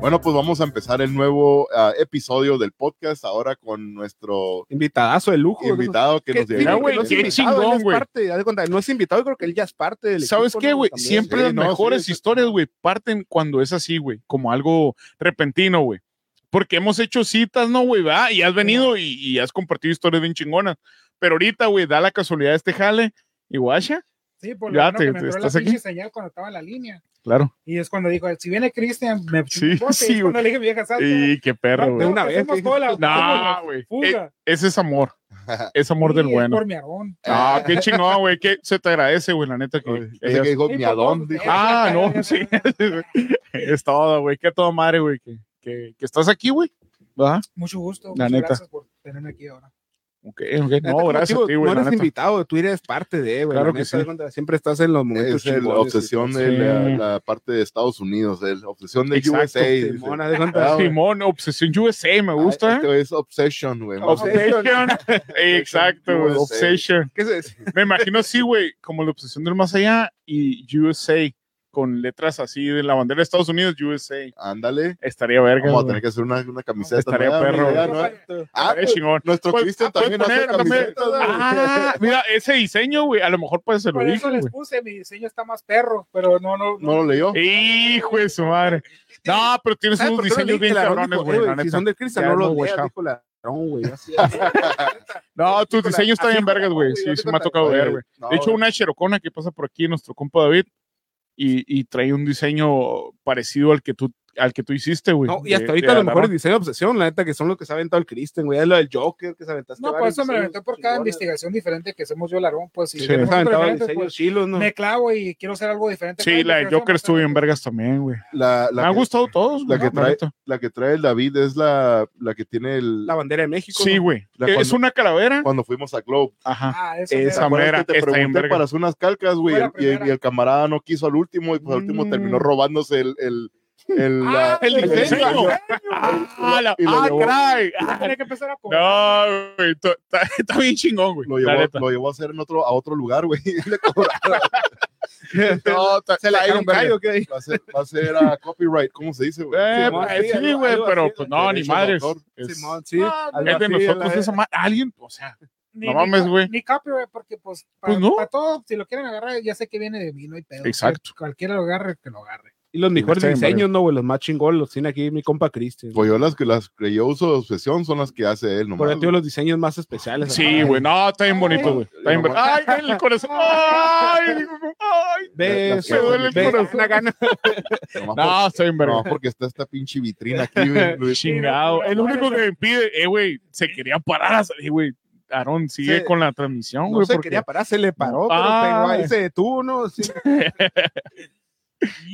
Bueno, pues vamos a empezar el nuevo ah, episodio del podcast ahora con nuestro Invitadazo de lujo. güey. invitado que Que- nos fíjate llegó. que güey, no es qué invitado, él chingón, es güey. parte, haz de cuenta, no es invitado, yo creo que él ya es parte del ¿Sabes equipo, qué, ¿no? güey? También. Siempre Sí, las no, sí, mejores sí. historias, güey, parten cuando es así, güey, como algo repentino, güey. Porque hemos hecho citas, ¿no, güey? va? Y has venido y, y has compartido historias bien chingonas. Pero ahorita, güey, da la casualidad este jale y guacha. Sí, por Ya lo menos te- que te me entró la estás aquí. pinche señal cuando estaba en la línea. Claro. Y es cuando dijo, si viene Cristian, me Sí, chupo, y sí, es cuando le dije, vieja, salte. Y qué perro, No, De güey. una que vez, hacemos que- cola, No, fuga, güey. E- fuga. Ese es amor. Es amor Sí, del es bueno. Por mi arón. Ah, qué chingón, güey. Que se te agradece, güey, la neta que. Dice que hayas- que dijo, Sí, mi por favor, Adón, dijo. usted. Ah, no, sí. es todo, güey. Qué toda madre, güey. Que, que, que estás aquí, güey. ¿Va? Mucho gusto. La muchas neta. Gracias por tenerme aquí ahora. Ok, ok. Neta, No, como gracias digo, a ti, güey. No la eres neta. invitado, tú eres parte de, güey. la Claro que neta, sí. haz de cuenta, Siempre estás en los momentos Es el- la chingones, obsesión sí. de la, Sí. la parte de Estados Unidos, el obsesión de Exacto, USA. dice. Simón, haz de cuenta. Ah, güey. Simón, Obsesión USA, me Ah, gusta. Oh. este es Obsession, güey. más o menos. Obsession. Exacto, güey, USA. Obsession. ¿Qué se dice? Me imagino así, güey, como la obsesión del más allá y USA con letras así de la bandera de Estados Unidos, USA. Ándale. Estaría verga. Vamos a güey. Eh, tener que hacer una, una camiseta. Estaría nueva, perro, güey, ya, güey. ¿no? Ah, Estaría chingón. nuestro Pues, Cristian ah, puedes también hace poner, no sé. camisetas, güey. Ah, mira, ese diseño, güey, a lo mejor puede ser lo Por dije, eso les güey. puse, mi diseño está más perro, pero no, no, No lo leyó. Eh, Hijo de su madre. No, pero tienes ¿Sabes por unos qué no diseños leí bien que la Ron cabrones, dijo, güey, "Eh, la Si neta. son del Cristian, Ya no no, los güey, leas, chao. dijo la Ron, güey. así. No, tus Así diseños están como bien vergas, güey. güey, Sí, date sí me ha cuenta. tocado ver, güey. No, De hecho, una cherocona que pasa por aquí, nuestro compa David, y, y trae un diseño parecido al que tú, al que tú hiciste, güey. No, y de- hasta de ahorita los Alarma. mejores diseños de obsesión, la neta, que son los que se ha aventado el Cristian, güey. Es lo del Joker que se aventaste. no, por varios eso me lo diseños aventé por cada chingones. investigación diferente que hacemos yo, Larón, pues. y Sí. Se hacemos ha otro aventado diferente, diseños pues, chilos, ¿no? Me clavo y quiero hacer algo diferente. Sí, la de Joker pues, estuvo bien vergas también, güey. La, Me la, han que, gustado todos, la güey, que trae- neta. la que trae el David es la, la que tiene el. La bandera de México. Sí, ¿no? güey. La Es cuando- una calavera. Cuando fuimos a Globe. Ajá. Ah, eso Esa era. ¿Te acuerdas mera que te está bien pregunté verga. para hacer unas calcas, güey. Fue la Y, y- primera. y el camarada no quiso al último y pues al último Mm. terminó robándose el. el, el, Ah, la- el diseño. Ah, la- y lo ah, llevó. caray. Yo tenía que empezar a cobrar. No, güey. to- Está está bien chingón, güey. Lo la llevó, neta. lo llevó a hacer en otro, a otro lugar, güey. y le cobraron. No, está- Se la está dejaron bien verga. callo, ¿qué dijo? Va a ser, va a ser a copyright, ¿cómo se dice, güey? Eh, Simón, pues, sí, sí, algo- güey, algo pero así, pues de no, ni derecho de madres. autor. Es, Simón, sí. Ah, algo es de así, nosotros la- esa madre. Alguien, o sea, Ni- No ni mames, ca- güey. Ni copyright, porque pues para, Pues no. para todo, si lo quieren agarrar, ya sé que viene de mí, no hay pedo. Exacto. Que Cualquiera lo agarre, que lo agarre. Y los mejores Está bien, diseños, ¿no, güey? Los más chingones los tiene aquí mi compa Cristian. Pues yo las que las que yo uso de obsesión son las que hace él, nomás. Por eso güey. tengo los diseños más especiales. Sí, güey, no, está bien bonito, güey. Está bien ver- Ay, güey, el corazón. Ay, ay. Ves, Me duele el ves, corazón. una gana. Nomás No, está bien por- nomás verga. porque está esta pinche vitrina aquí, güey, Luis. Chingado. El único que me impide, eh, güey, se quería parar. a- Eh, güey, Aarón sigue Sí. con la transmisión, No güey. se porque quería parar, se le paró, Ah. pero pegó ahí, se detuvo, ¿no? Sí.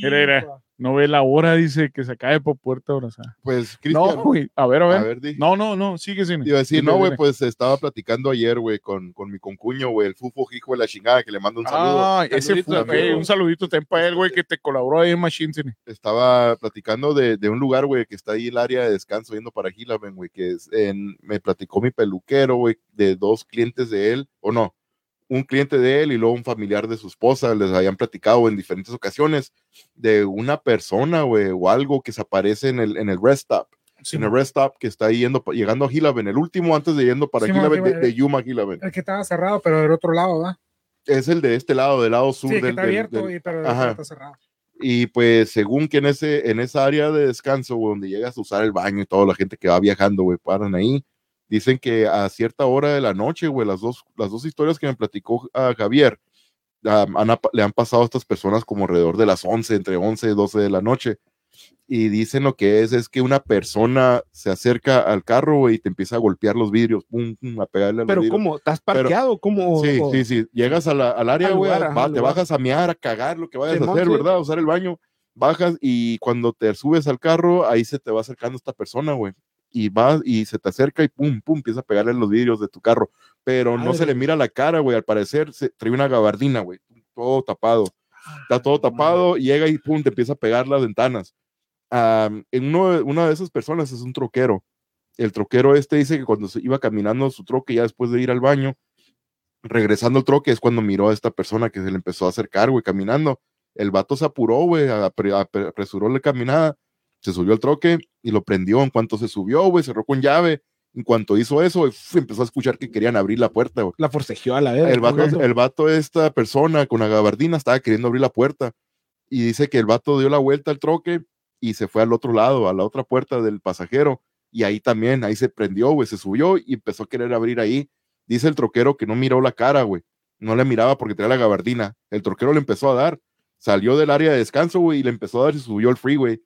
Mira, mira. Hijo. No ve la hora, dice, que se cae por puerta abrazar. Pues, No, Cristian, güey. A ver, a a ver. ver, di. No, no, no, sigue sin. Te iba a decir, Dime, no, güey, dime. pues estaba platicando ayer, güey, con, con mi concuño, güey, el Fufo Hijo de la chingada, que le mando un saludo. Ah, ese Saludito, fue, güey, amigo. un saludito también para él, güey, que te colaboró ahí en Machine Cine. Estaba platicando de, de un lugar, güey, que está ahí el área de descanso yendo para Gilaben, güey, que es en, me platicó mi peluquero, güey, de dos clientes de él, o no, un cliente de él y luego un familiar de su esposa, les habían platicado en diferentes ocasiones de una persona, güey, o algo que se aparece en el, en el rest stop, en el rest stop que está ahí yendo, pa- llegando a Gilaben, el último antes de yendo para Sí, man, Gilaben, sí, de, man. de Yuma a Gilaben. El que estaba cerrado, pero del otro lado, ¿verdad? Es el de este lado, del lado sur Sí, el que del, está del- abierto, del- y, pero del Ajá. otro lado está cerrado. Y pues según que en, ese, en esa área de descanso, güey, donde llegas a usar el baño y toda la gente que va viajando, güey, paran ahí. Dicen que a cierta hora de la noche, güey, las dos, las dos historias que me platicó a Javier, ah, han apa- le han pasado a estas personas como alrededor de las 11, entre 11 y 12 de la noche. Y dicen lo que es, es que una persona se acerca al carro, güey, y te empieza a golpear los vidrios, pum, pum, a pegarle a los Pero vidrios. ¿cómo? ¿Estás parqueado? ¿Cómo? Sí, o- sí, sí. Llegas a la- al área, Al güey, lugar, ajá, va- al te lugar. bajas a mear, a cagar, lo que vayas a Simón, hacer, sí. ¿verdad? A usar el baño. Bajas y cuando te subes al carro, ahí se te va acercando esta persona, güey. Y va y se te acerca y pum, pum, empieza a pegarle los vidrios de tu carro. Pero no se Madre. le mira la cara, güey. Al parecer se, trae una gabardina, güey. Todo tapado. Está todo tapado, llega y pum, te empieza a pegar las ventanas. Am, en uno de- una de esas personas es un troquero. El troquero este dice que cuando se iba caminando su troque, ya después de ir al baño, regresando al troque, es cuando miró a esta persona que se le empezó a acercar, güey, caminando. El vato se apuró, güey, apre- apre- apresuró la caminada Se subió al troque y lo prendió. En cuanto se subió, güey, cerró con llave. En cuanto hizo eso, güey, fu- empezó a escuchar que querían abrir la puerta, güey. La forcejeó a la vez. El vato, el vato, esta persona con la gabardina, estaba queriendo abrir la puerta. Y dice que el vato dio la vuelta al troque y se fue al otro lado, a la otra puerta del pasajero. Y ahí también, ahí se prendió, güey, se subió y empezó a querer abrir ahí. Dice el troquero que no miró la cara, güey. No le miraba porque traía la gabardina. El troquero le empezó a dar. Salió del área de descanso, güey, y le empezó a dar y subió al freeway.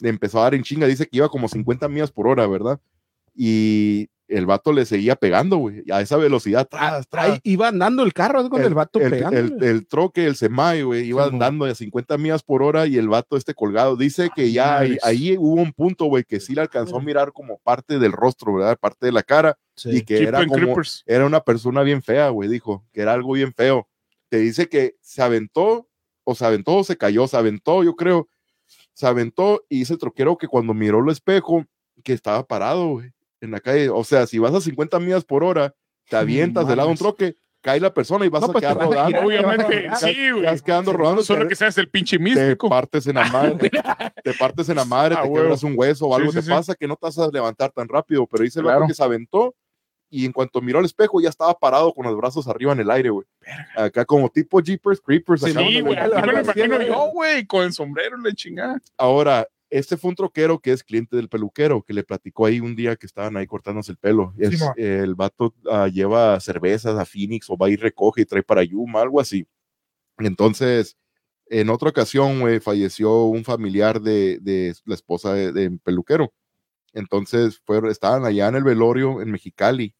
Le empezó a dar en chinga. Dice que iba como 50 millas por hora, ¿verdad? Y el vato le seguía pegando, güey, a esa velocidad. Tras, tras, Ahí iba andando el carro con el, vato el, pegando. el, el troque, el semai, güey, iba Simón. andando a 50 millas por hora y el vato este colgado. Dice que ya ahí, madres. ahí hubo un punto, güey, que sí le alcanzó a mirar como parte del rostro, ¿verdad? Parte de la cara y que Chip era and como, Creepers. era una persona bien fea, güey, dijo, que era algo bien feo. Te dice que se aventó, o se aventó o se cayó, se aventó, yo creo, se aventó y dice el troquero que cuando miró el espejo, que estaba parado, güey, en la calle. O sea, si vas a 50 millas por hora, te avientas de lado a un mames. troque, cae la persona y vas No, a pues, te quedar vas a rodando. girar, Obviamente, Estás- sí, güey. Estás quedando rodando. Solo te- que seas el pinche te místico. partes en la madre, te partes en la madre, Ah, te huevo. quebras un hueso o Sí, algo sí, te sí. pasa que no te vas a levantar tan rápido, pero dice el vato Claro. que se aventó y en cuanto miró al espejo ya estaba parado con los brazos arriba en el aire, güey. Acá como tipo Jeepers Creepers. acá donde Sí, güey. le- Aquí me lo imagino Sí, yo, güey, con el sombrero, la chingada. Ahora, este fue un troquero que es cliente del peluquero, que le platicó ahí un día que estaban ahí cortándose el pelo. Es- Simón. el vato ah, lleva cervezas a Phoenix o va y recoge y trae para Yuma, algo así. Entonces, en otra ocasión, güey, falleció un familiar de, de la esposa de- del peluquero. Entonces, fueron, estaban allá en el velorio en Mexicali.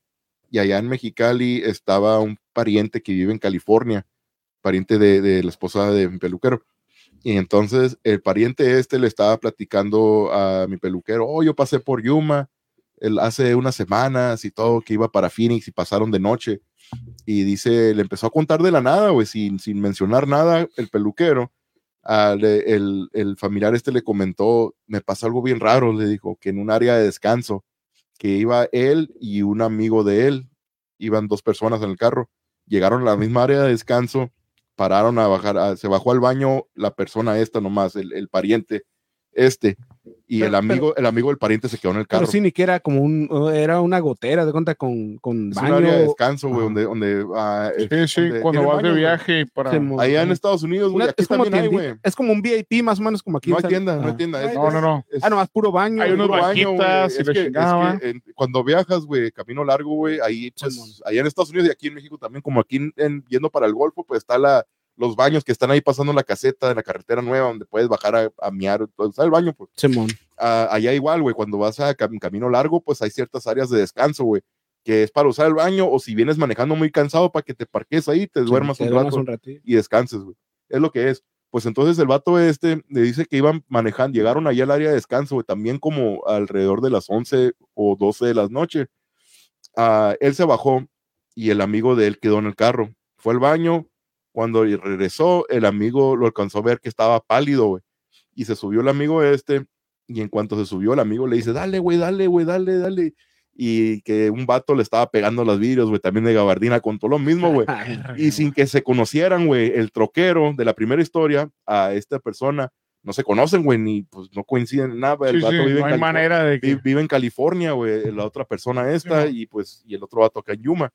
Y allá en Mexicali estaba un pariente que vive en California, pariente de, de la esposa de mi peluquero. Y entonces el pariente este le estaba platicando a mi peluquero, oh, yo pasé por Yuma el- hace unas semanas y todo, que iba para Phoenix y pasaron de noche. Y dice, le empezó a contar de la nada, güey, sin, sin mencionar nada el peluquero. Ah, le- el, el familiar este le comentó, me pasa algo bien raro, le dijo, que en un área de descanso, que iba él y un amigo de él, iban dos personas en el carro, llegaron a la misma área de descanso pararon a bajar, a- se bajó al baño la persona esta nomás, el, el pariente este, y Pero- el amigo, el amigo del pariente se quedó en el carro. Pero sí, ni que era como un, era una gotera, de cuenta, con, con es baño. un área de descanso, güey, Ajá. donde, donde ah, eh, Sí, sí, donde cuando tiene vas de baños, güey. viaje para. se mo- allá en Estados Unidos, Pues, güey, Una- aquí es, como también hay, tiendita- güey. es como un VIP más o menos como aquí. No hay ¿sabes? tienda, no Ah. hay tienda. es- No, no, no. es- Ah, nomás puro baño. Hay es unos puro baño, güey, banquitas y es la que- es chingada. que, en- cuando viajas, güey, camino largo, güey, ahí, Simón. pues, allá en Estados Unidos y aquí en México también, como aquí en- en- yendo para el Golfo, pues está la, los baños que están ahí pasando la caseta de la carretera nueva, donde puedes bajar a, a miar, entonces, está el baño, pues. Simón. Ah, allá igual, güey, cuando vas a cam- camino largo, pues hay ciertas áreas de descanso, güey, que es para usar el baño o si vienes manejando muy cansado para que te parques ahí, te duermas Te un duermas rato un ratito. y descanses, güey. Es lo que es. Pues entonces el vato este le dice que iban manejando, llegaron allá al área de descanso, güey, también como alrededor de las 11 o 12 de las noches. Ah, él se bajó y el amigo de él quedó en el carro. Fue al baño. Cuando regresó, el amigo lo alcanzó a ver que estaba pálido, güey. Y se subió el amigo este. Y en cuanto se subió, el amigo le dice, dale, güey, dale, güey, dale, dale. Y que un vato le estaba pegando los vidrios, güey, también de gabardina, contó lo mismo, güey Ah, y sin que se conocieran, güey, el troquero de la primera historia a esta persona, no se conocen, güey, ni pues no coinciden en nada, el Sí, sí, vato vive, no en hay Calif- manera de vi- que. vive en California, güey, la otra persona esta y pues y el otro vato acá en Yuma.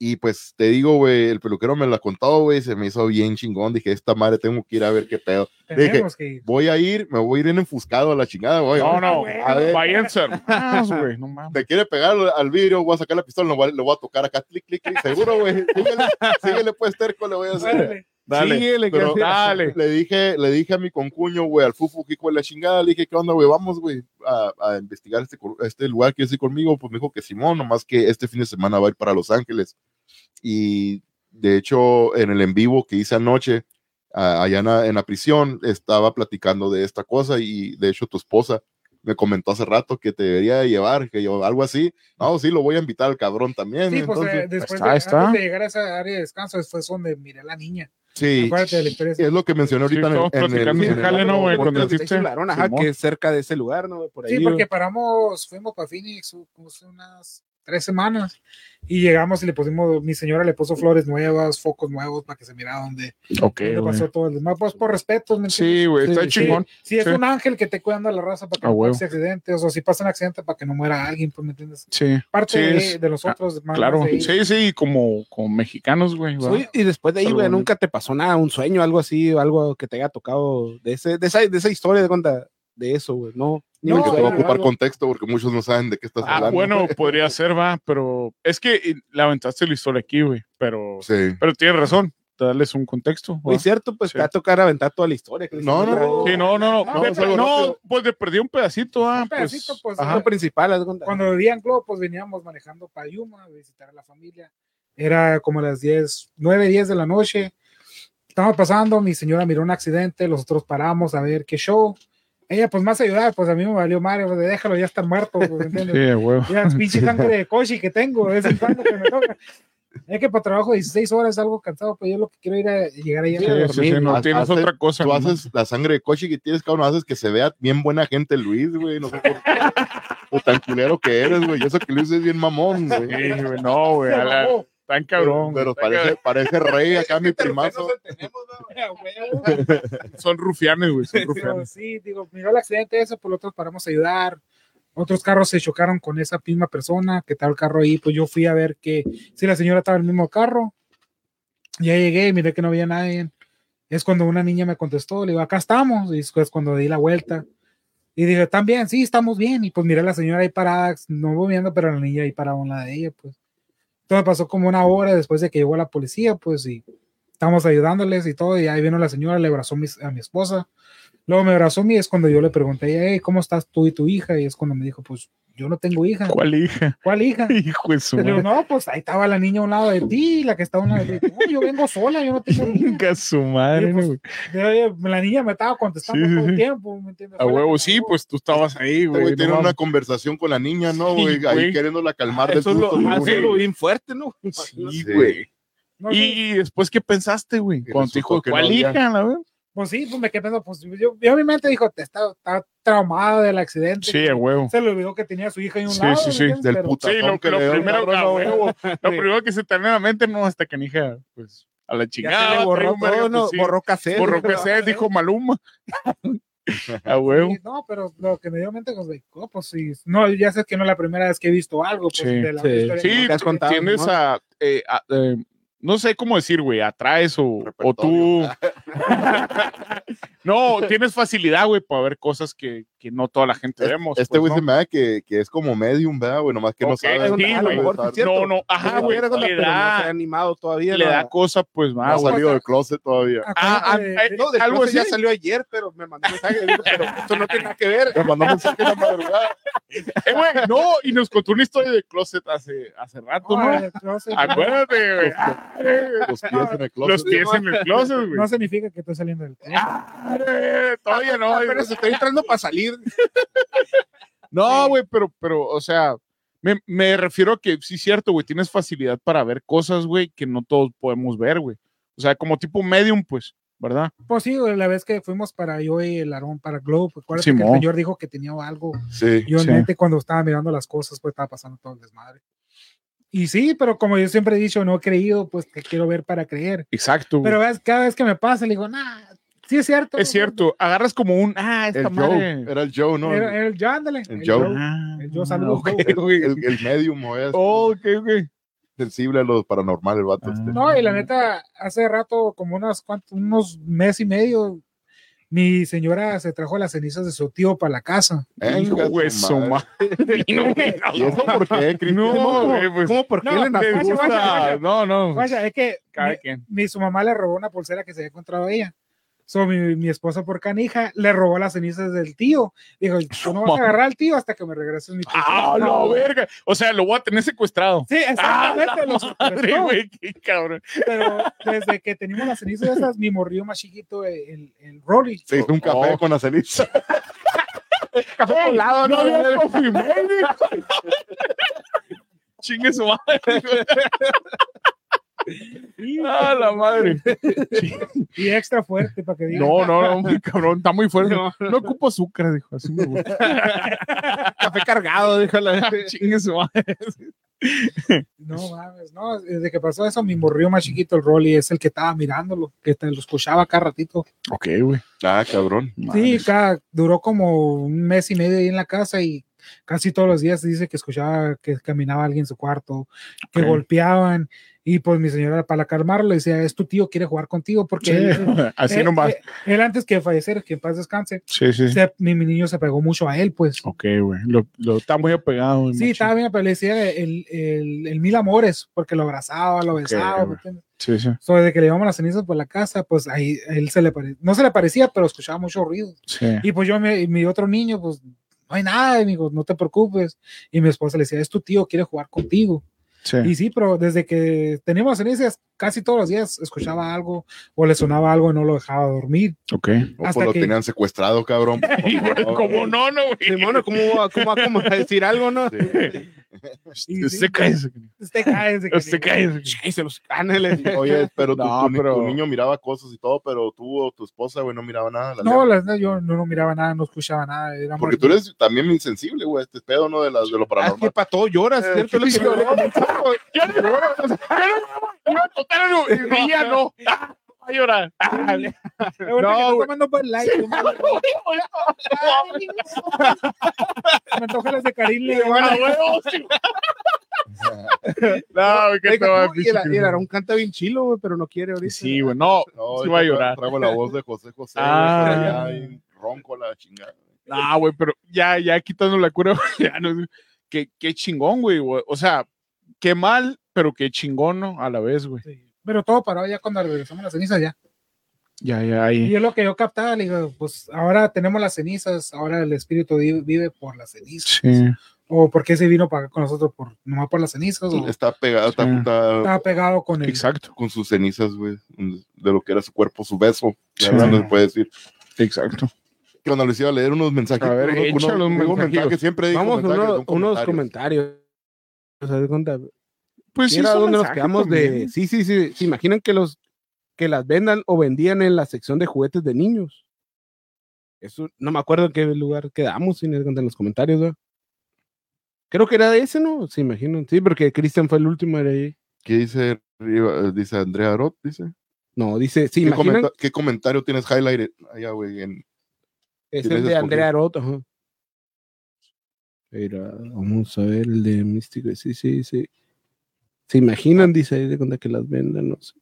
Y pues te digo, güey, el peluquero me lo ha contado, güey, se me hizo bien chingón, dije, esta madre tengo que ir a ver qué pedo. Tenemos que ir. Voy a ir, me voy a ir en enfuscado a la chingada, güey. No, no. A ver, Váyanse, hermanos, güey. No mames. te quiere pegar al vidrio, voy a sacar la pistola, lo voy a, lo voy a tocar acá, clic, clic, clic, seguro, güey. Síguele, síguele, pues, eh, terco, le voy a hacer. Órale. Síguele, que Pero- así- Dale. Le dije, le dije a mi concuño, güey, al fufu, que hijo de la chingada, le dije, ¿qué onda, güey? Vamos, güey, a, a investigar este, cor- este lugar que es conmigo. Pues me dijo que Simón, nomás que este fin de semana va a ir para Los Ángeles. Y de hecho, en el en vivo que hice anoche, a- allá en la, en la prisión, estaba platicando de esta cosa y de hecho tu esposa me comentó hace rato que te debería de llevar, que yo algo así. No, sí, lo voy a invitar al cabrón también. Sí, pues eh, entonces, después está, de, está. antes de llegar a esa área de descanso, fue donde miré a la niña. sí, Acuérdate de la historia. es lo que mencioné Sí, ahorita en el- estamos en el- platicando en de el- jale, ¿no, güey? Cuando Está hiciste. Chiflarón, ajá, Simón. que es cerca de ese lugar, ¿no? Por ahí. Sí, porque güey. paramos, fuimos para Phoenix, u- como hace unas tres semanas. Y llegamos y le pusimos, mi señora le puso flores nuevas, focos nuevos para que se mira dónde, Ok, dónde güey. pasó todo el desmadre. Pues por respeto, ¿me entiendes? Sí, güey, está Sí, chingón. Si es sí. un ángel que te cuidando a la raza para que A no huevo. pase accidentes, o sea, si pasa un accidente para que no muera alguien, pues me entiendes. Sí, Parte Sí, de, es- ah, de nosotros, más claro. de- Sí, sí, como, como mexicanos, güey. ¿va? Oye, pues, y después de ahí, Algo güey, bonito. nunca te pasó nada, un sueño, algo así, algo que te haya tocado de, ese, de, esa, de esa historia de cuenta, de eso, güey, no. ni un Porque te sueño, va a ocupar algo. contexto porque muchos no saben de qué estás Ah, hablando. bueno, podría ser, va, pero es que eh, la aventaste la historia aquí, güey. Pero, Sí. pero tienes razón, darles un contexto. Muy ¿va? cierto, pues Sí. te va a tocar aventar toda la historia. No, no, no. Sí, no, no, no. No, de- es algo no, rápido. pues le perdí un pedacito, ah, Un pedacito, pues, pues, ajá. Lo principal, haz de cuenta. Cuando vivía en Globo, pues veníamos manejando para Yuma, a visitar a la familia. Era como las 10, 9, 10 de la noche. Estábamos pasando, mi señora miró un accidente, nosotros paramos a ver qué show. Ella, pues más ayudar, pues a mí me valió madre, pues, de déjalo, ya está muerto. Pues, ¿me entiendes? Sí, güey. Ya, es pinche sangre de coche que tengo, de vez en cuando que me toca. Es que para trabajo 16 horas, algo cansado, pero yo lo que quiero ir a llegar allá. Sí, a sí, sí, dormir, no haz- tienes haces- otra cosa. Tú ¿no? haces la sangre de coche que tienes, cabrón, haces que se vea bien buena gente Luis, güey. No sé por qué. O tan culero que eres, güey. Yo sé que Luis es bien mamón, Sí, güey. güey, no, güey, a la- huevo. tan Pero, cabrón. pero güey, tan parece, parece rey acá mi primazo. A huevo. cabrón. Son rufianes, güey, son Pero rufianes. sí, digo, miró el accidente eso, por lo otro paramos a ayudar. Otros carros se chocaron con esa misma persona que estaba el carro ahí, pues yo fui a ver que si la señora estaba en el mismo carro. Ya llegué, miré que no había nadie. Es cuando una niña me contestó, le digo, acá estamos, y es cuando di la vuelta. Y dije, ¿están bien? Sí, estamos bien. Y pues miré a la señora ahí parada, no moviendo, pero la niña ahí parada a un lado de ella, pues. Entonces pasó como una hora después de que llegó la policía, pues, y estamos ayudándoles y todo. Y ahí vino la señora, le abrazó mis- a mi esposa. Luego me abrazó a mí, es cuando yo le pregunté, a ella, "Hey, ¿cómo estás tú y tu hija? Y es cuando me dijo, pues yo no tengo hija. ¿Cuál hija? ¿Cuál hija? Hijo de su Le digo, madre. no, pues ahí estaba la niña a un lado de ti, la que estaba a un lado de ti. No, pues, yo vengo sola, yo no tengo niña. Chinga su madre, Sí, pues, güey. Eh, La niña me estaba contestando Sí, sí, todo el sí. tiempo, ¿me entiendes? A Fue la que huevo, me sí, habló. pues tú estabas ahí, Este güey güey. tiene no una mames. conversación con la niña, ¿no, Sí, güey? Ahí güey. queriéndola calmar del Eso es lo, susto, hace güey. algo bien fuerte, ¿no? Sí, Sí. güey. No, Y, sí, y después, ¿qué pensaste, güey? Y Cuando te resultó dijo, que no ¿cuál había. hija? la verdad? pues sí, pues me quedé pensando, pues yo, yo mi mente dijo, te está, está traumada del accidente. Sí, a huevo. Se le olvidó que tenía a su hija en un Sí, lado. sí, ¿me sí, entiendes? del Pero- puta- Sí, lo, Tazón que lo le dio, primero, cabrón, a no, huevo, lo Sí. primero que se te viene a la mente, no, hasta que hija, pues, a la Ya chingada. se le borró traigo un verga, todo, ¿no? pues, sí. Borró cassette. Borró que sea, dijo Maluma. a huevo. Sí, no, pero lo que me dio mente, pues, güey, oh, pues sí. No, ya sé que no es la primera vez que he visto algo. Pues, Sí, de la sí. historia. Sí, pues, Lo que has t- contado, tiendes ¿no? a, eh, a, eh, no sé cómo decir, güey, atraes o, o tú. no, tienes facilidad, güey, para ver cosas que, que no toda la gente vemos. Este güey pues, se ¿no? me da que, que es como medium, ¿verdad, güey? Nomás que no Ok, sabe. sí, no güey. sabe usar- es cierto. No, no, ajá, Ah, güey, güey, era con la le pero no se ha da, animado todavía. le la- da cosa, pues, No ha más, güey. salido del closet todavía. Ah, ah, Acuérdate de- eh, No, de algo algo así. ya salió ayer, pero me mandó un mensaje. digo, pero esto no tiene nada que ver. Me mandó mensaje en la madrugada. Eh, güey, no, y nos contó una historia de closet hace, hace rato, No, ¿no? Ah, eh, no sé, Acuérdate, güey. Los pies en el closet. Los pies en el closet, güey. no significa que estoy saliendo del tema. Ah, eh, Todavía no. Ah, güey. pero se estoy entrando para salir. No, güey, pero, pero, o sea, me, me refiero a que sí, cierto, güey, tienes facilidad para ver cosas, güey, que no todos podemos ver, güey. O sea, como tipo medium, pues, ¿verdad? Pues sí, güey, la vez que fuimos para yo y el Aarón para Globe, acuérdate que el Simón. señor dijo que tenía algo. Sí. Yo en Sí. mente cuando estaba mirando las cosas, pues estaba pasando todo el desmadre. Y sí, pero como yo siempre he dicho, no he creído, pues que quiero ver para creer. Exacto, güey. Pero ves, cada vez que me pasa, le digo, nah, sí es cierto. es cierto, agarras como un, ah, El esta madre. Joe. Era el Joe, ¿no? Era, El, era el yo, ándale. El Joe. Ah, El Joe, saludos, ok, Joe. güey. el medium, o es Oh, ok, ok. sensible a lo paranormal, el vato. este. No, y la neta, hace rato, como unos, cuantos, unos mes y medio, mi señora se trajo las cenizas de su tío para la casa. Venga, Hijo de su su madre. madre. No, güey, ¿Y eso por qué, Cristian? No, güey, pues, ¿Cómo por qué No, le te nació? te gusta? gusta. No, no. Vaya, es que Cada quien. mi, mi- su mamá le robó una pulsera que se había encontrado ella. So, mi, mi esposa por canija le robó las cenizas del tío. Dijo, tú no vas a agarrar al tío hasta que me regreses mi pulsera". Ah, la verga. O sea, lo voy a tener secuestrado. Sí, exactamente. lo Madre, secuestró, güey, qué cabrón. pero desde que teníamos las cenizas esas, mi morrillo más chiquito, el, el Rolly, Se hizo un café Oh. con la ceniza. café colado, no, no, no Chingue su madre. güey. ah, la madre. y extra fuerte para que diga. No, no, no, muy cabrón, está muy fuerte. No, ocupo azúcar, dijo, así me gusta. Café cargado, dijo la Chingue su madre. No mames, no, desde que pasó eso me morrió más chiquito el Rolly, es el que estaba mirándolo, que te lo escuchaba cada ratito. Ok, güey. Ah, cabrón. Sí, cada, duró como un mes y medio ahí en la casa y casi todos los días dice que escuchaba que caminaba alguien en su cuarto, que Ok. golpeaban y pues mi señora para calmarlo decía, es tu tío, quiere jugar contigo porque Sí, él, así él- nomás. él- él antes que fallecer, que en paz descanse, Sí, sí. se- mi, mi niño se pegó mucho a él, pues. Ok, güey. Lo, lo está muy apegado. güey, Sí, machín. estaba bien, pero le decía el, el- el mil amores, porque lo abrazaba, lo besaba. güey. ¿me entiendes? Sí, sí. So, desde que le llevamos las cenizas por la casa, pues ahí a él se le pare- no se le parecía, pero escuchaba mucho ruido. Sí. Y pues yo, me- mi otro niño, pues no hay nada, y me dijo, no te preocupes. Y mi esposa le decía, es tu tío, quiere jugar contigo. sí. Y sí, pero desde que teníamos las cenizas, casi todos los días escuchaba algo o le sonaba algo y no lo dejaba dormir. Ok. O Hasta pues lo que- tenían secuestrado, cabrón. ¿Cómo no, no, güey? Simón, ¿cómo va, cómo va como a decir algo, no? Sí. Y Se sí. cae. Usted cae, desde que- Se cae. Ay, se los ah, ángeles. Oye, pero, tu, No, tu ni- pero- tu niño miraba cosas y todo, pero tú o tu esposa, güey, no miraba nada. la No, neta. las- no, yo no, no miraba nada, no escuchaba nada. era Porque muy- tú eres también insensible, güey, a este pedo, ¿no? De, las, de lo Ah, Es que paranormal. para todo lloras, Eh, ¿cierto? Lo que lloré. Yo no, yo no, yo no, total, no, el día no. Ah, va a llorar. Ah, Eh, ahorita No, que estoy güey. tomando Bud Light, no mames, me antojan las de Karim "Ah, León. a huevo, sí. No, Ah, güey, que te va Deja a tú, Y el, y el Aarón canta bien chilo, güey, pero no quiere ahorita. Sí, güey, no, No, sí yo va a tra- llorar. Traigo la voz de José José. güey, Ah. por allá, bien ronco la chingada. No, güey, pero ya, ya quitando la cura, güey, ya no, qué, qué chingón, güey, güey. O sea, qué mal, pero qué chingón, ¿no? A la vez, güey. Sí, Pero todo paró ya cuando regresamos las cenizas ya. Ya, ya, Y ahí. es lo que yo captaba, le digo, pues ahora tenemos las cenizas, ahora el espíritu di- vive por las cenizas. Sí. O porque se vino para acá con nosotros por nomás por las cenizas, o Está pegado, está, Uh. Sí. está estaba pegado con el Exacto, con sus cenizas, güey, de lo que era su cuerpo, su beso. Ya Sí. no les puede decir. exacto. Que cuando les iba a leer unos mensajes. A ver, échale un mensajillo. siempre digo Vamos, mensajes, uno- son unos comentarios. comentarios. O sea, de cuenta, Pues sí, mira son dónde nos mensajes quedamos también. de. Sí, sí, sí. ¿Se imaginan que los que las vendan o vendían en la sección de juguetes de niños? Eso no me acuerdo en qué lugar quedamos, sin en los comentarios, ¿verdad? Creo que era de ese, ¿no? Se imaginan. Sí, porque Cristian fue el último de ahí. ¿Qué dice, Riva- dice Andrea Arot? Dice. No, dice, sí, ¿Qué, imaginan. comenta- qué comentario tienes highlighted? Allá, güey, en- Es tienes el de escogido. Andrea Aroto, ajá. Mira, vamos a ver el de Místico. Sí, sí, sí. ¿Se imaginan? Dice ahí de cuenta que las vendan, no sé.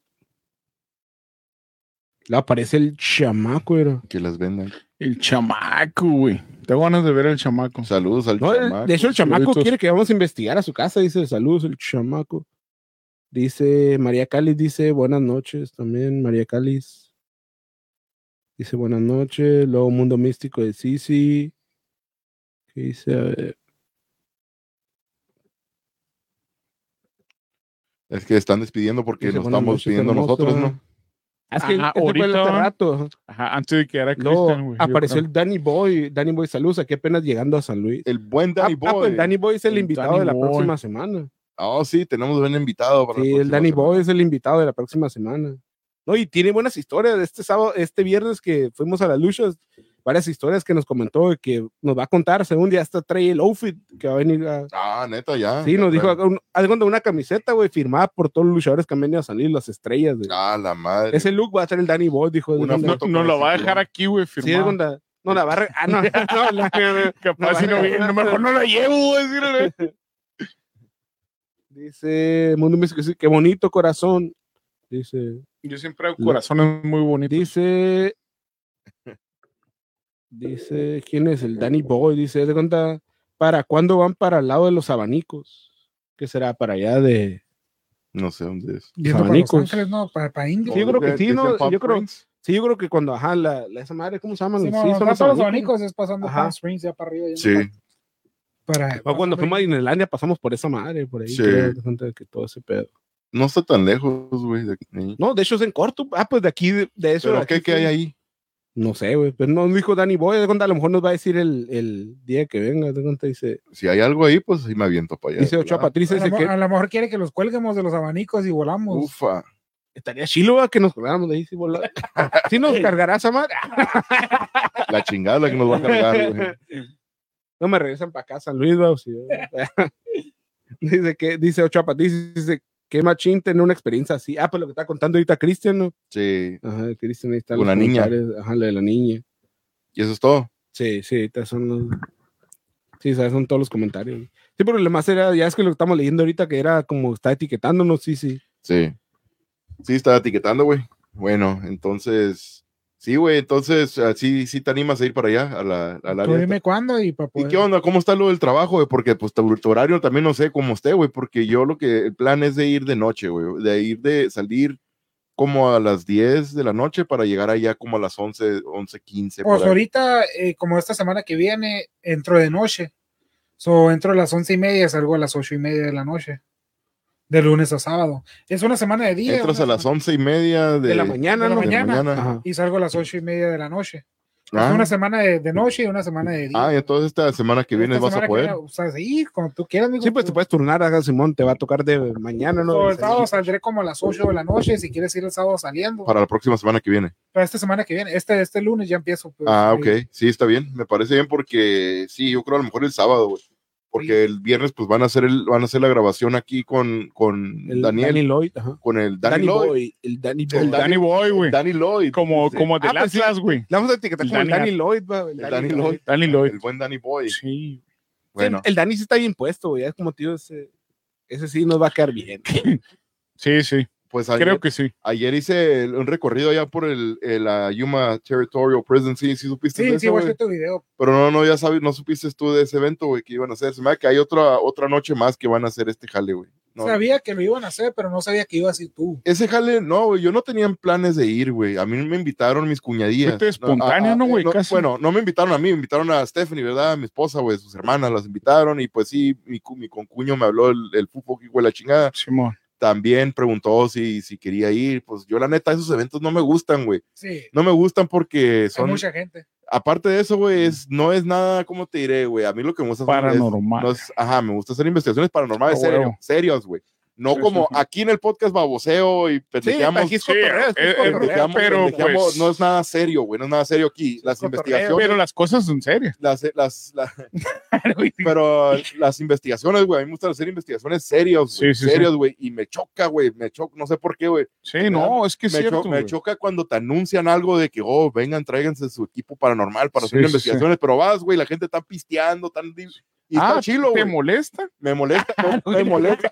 Le aparece el chamaco, era. que las vendan. El chamaco, güey. Tengo ganas de ver el chamaco. Saludos al No, el- chamaco. de hecho, el chamaco saluditos. quiere que vamos a investigar a su casa. Dice, saludos, el chamaco. Dice, María Cáliz dice, buenas noches también, María Cáliz. Dice, buenas noches. Luego, Mundo Místico de Sisi. ¿Qué dice? A ver. Es que están despidiendo porque Dice, nos "Buenas estamos noches, pidiendo hermoso". nosotros, ¿no? Ah, Es que Ajá, ese fue el ahorita. hace rato. Ajá, antes de que era Luego Cristian, güey. yo apareció creo. el Danny Boy. Danny Boy, saludos aquí apenas llegando a San Luis. El buen Danny Ah, ah, pues Boy. el Danny Boy es el, El invitado Danny de la Boy. próxima semana. Oh, sí, tenemos buen invitado. para la Sí, el próxima Danny semana. Boy es el invitado de la próxima semana. No, y tiene buenas historias. Este sábado, este viernes que fuimos a las luchas, varias historias que nos comentó y que nos va a contar. Según ya hasta trae el outfit que va a venir a. Ah, neta, ya. Sí, Ya nos dijo traen. acá un- algo de una camiseta, güey, firmada por todos los luchadores que han venido a salir, las estrellas, güey. Ah, la madre. Ese look va a ser el Danny Boy, dijo. Una Dijo, foto No, no lo va a dejar aquí, güey, Sí, es firmado. onda. No, la barra. Ah, no, no, la- Capaz si no viene, no, mejor no la llevo, güey. sí, la- Dice Mundo Místico, dice, qué bonito corazón. Dice, Yo siempre hago corazones muy bonitos. dice, dice, ¿quién es el Danny Boy? Dice, de cuenta, ¿para cuándo van para el lado de los abanicos? ¿Qué será para allá de No sé dónde es. yendo para Los abanicos? Ángeles, no, para, para Indio. Sí, yo creo que Dice- sí, ¿no? dice Pop Yo creo- Prince. Sí, yo creo que cuando, ajá, la, la- esa madre, ¿cómo se llaman? Sí, Sí, no, son no, los todos los abanicos. abanicos es pasando Ajá. Palm Springs ya para arriba. yendo Sí. Para, O cuando fuimos a Disneylandia pasamos por esa madre, por ahí. Sí. creo, de cuenta que todo ese pedo. No está tan lejos, güey. de aquí. No, de hecho es en corto. Ah, pues de aquí, de, de eso. de Pero aquí ¿qué, qué sí. hay ahí? No sé, güey. Pero no dijo Danny Boy. De cuenta, a lo mejor nos va a decir el, el día que venga. De cuenta, dice, Si hay algo ahí, pues sí me aviento para allá. Ah, dice Ochoa Claro. Patricia. a, Dice lo, mo- que a lo mejor quiere que los cuelguemos de los abanicos y volamos. Ufa. estaría chilo ¿va? que nos colgáramos de ahí. Si, vola- Sí nos cargarás a madre. La chingada la que nos va a cargar, güey. No me regresan para acá, San Luis, va, o si- Dice que, dice Ochoapa, dice, dice que machín tener una experiencia así. Ah, pues lo que está contando ahorita Cristian, ¿no? Sí, Ajá, Cristian ahí está. Con la los niña. comentarios. Ajá, la de la niña. y eso es todo. Sí, sí, ahorita son los. Sí, o sea, son todos los comentarios. Sí, pero lo más era, ya es que lo que estamos leyendo ahorita, que era como está etiquetándonos, sí, sí. Sí. Sí, está etiquetando, güey. Bueno, entonces. Sí, güey, entonces, ah, sí, sí te animas a ir para allá, a la, al Tú área. dime cuándo y para ¿Y poder. qué onda? ¿Cómo está lo del trabajo, güey? Porque pues tu, tu horario también no sé cómo esté, güey, porque yo lo que, el plan es de ir de noche, güey, de ir de salir como a las 10 de la noche para llegar allá como a las 11, 11, 15. Pues ahorita, eh, como esta semana que viene, entro de noche. So, entro a las once y media, salgo a las ocho y media de la noche. De lunes a sábado. Es una semana de día. Entras una a las semana- 11 y media de, De la de mañana, de la ¿no? mañana. Ajá. Y salgo a las ocho y media de la noche. Ah, Es una semana de, de noche y una semana de día. ah, y entonces esta semana que Esta viene vas semana a que poder. viene, o sea, sí, cuando tú quieras, mijo. Sí, pues te puedes turnar, haga Simón, te va a tocar de mañana, ¿no? So, De el salir. sábado saldré como a las 8 de la noche, si quieres ir el sábado saliendo. Para la próxima semana que viene. Pero esta semana que viene, este, este lunes ya empiezo. pues, Ah, eh, ok. Sí, está bien. Me parece bien porque sí, yo creo a lo mejor el sábado, güey. Porque Sí. el viernes pues van a hacer el, van a hacer la grabación aquí con, con El Daniel, Danny Lloyd, ajá. con el Danny, Lloyd. Boy, el Danny Boy. El El Danny Boy, güey. Danny Lloyd. Como, Sí. como del Ah, pues sí. Atlas, güey. Le vamos a etiquetar El como el Danny- Danny Lloyd, va, el El Danny, Danny Lloyd. Lloyd. Danny El Lloyd. buen Danny Boy. Sí. eh, Bueno, El, el Dani sí está bien puesto, güey. Es como tío, ese, ese sí nos va a quedar bien. Sí, sí. pues ayer, Creo que sí. ayer hice el- un recorrido allá por el, el, la Yuma Territorial Prison. Sí, sí supiste de Sí, eso, sí, voy a güey? hacer tu video. Pero no, no, ya sabes, no supiste tú de ese evento, güey, que iban a hacer. Se me da que hay otra, otra noche más que van a hacer este jale, güey. No, Sabía que lo iban a hacer, pero no sabía que ibas a ir tú. Ese jale, no, güey, yo no tenía planes de ir, güey. A mí me invitaron mis cuñadillas. Fuiste espontánea, a- a- ¿no, güey? Casi. Bueno, ah, no me invitaron a mí, me invitaron a Stephanie, ¿verdad? A mi esposa, güey, sus hermanas las invitaron. Y pues sí, mi, cu- mi concuño me habló el, el fútbol que güey, la chingada. Simón. También preguntó si, si quería ir. Pues yo, la neta, esos eventos no me gustan, güey. Sí, No me gustan porque hay son. mucha gente. Aparte de eso, güey, es, no es nada, ¿cómo te diré, güey? A mí lo que me gusta son- es- Mm. Paranormal. no es- ajá, me gusta hacer investigaciones paranormales Ah, serio- huevo. serias, güey. No Sí, como sí, sí. aquí en el podcast baboseo y pendejeamos. aquí es Sí, cotorreo, aquí es eh, eh, cotorreo. Pendejamos, Pero, pendejamos, pues- no es nada serio, güey, no es nada serio aquí. Las cotorreo. investigaciones, Pero las cosas son serias. las, las, la- pero las investigaciones, güey, a mí me gusta hacer investigaciones serias, güey, Sí, sí, serias, güey, y me choca, güey, me choca, no sé por qué, güey, Sí, no, es que es me, cho- cierto. me güey. choca cuando te anuncian algo de que, oh, vengan, tráiganse su equipo paranormal para Sí, hacer sí, investigaciones, pero vas, güey, la gente está pisteando, tan y Ah, está chilo, ¿Te Ah, güey. molesta? Me molesta, no, me molesta,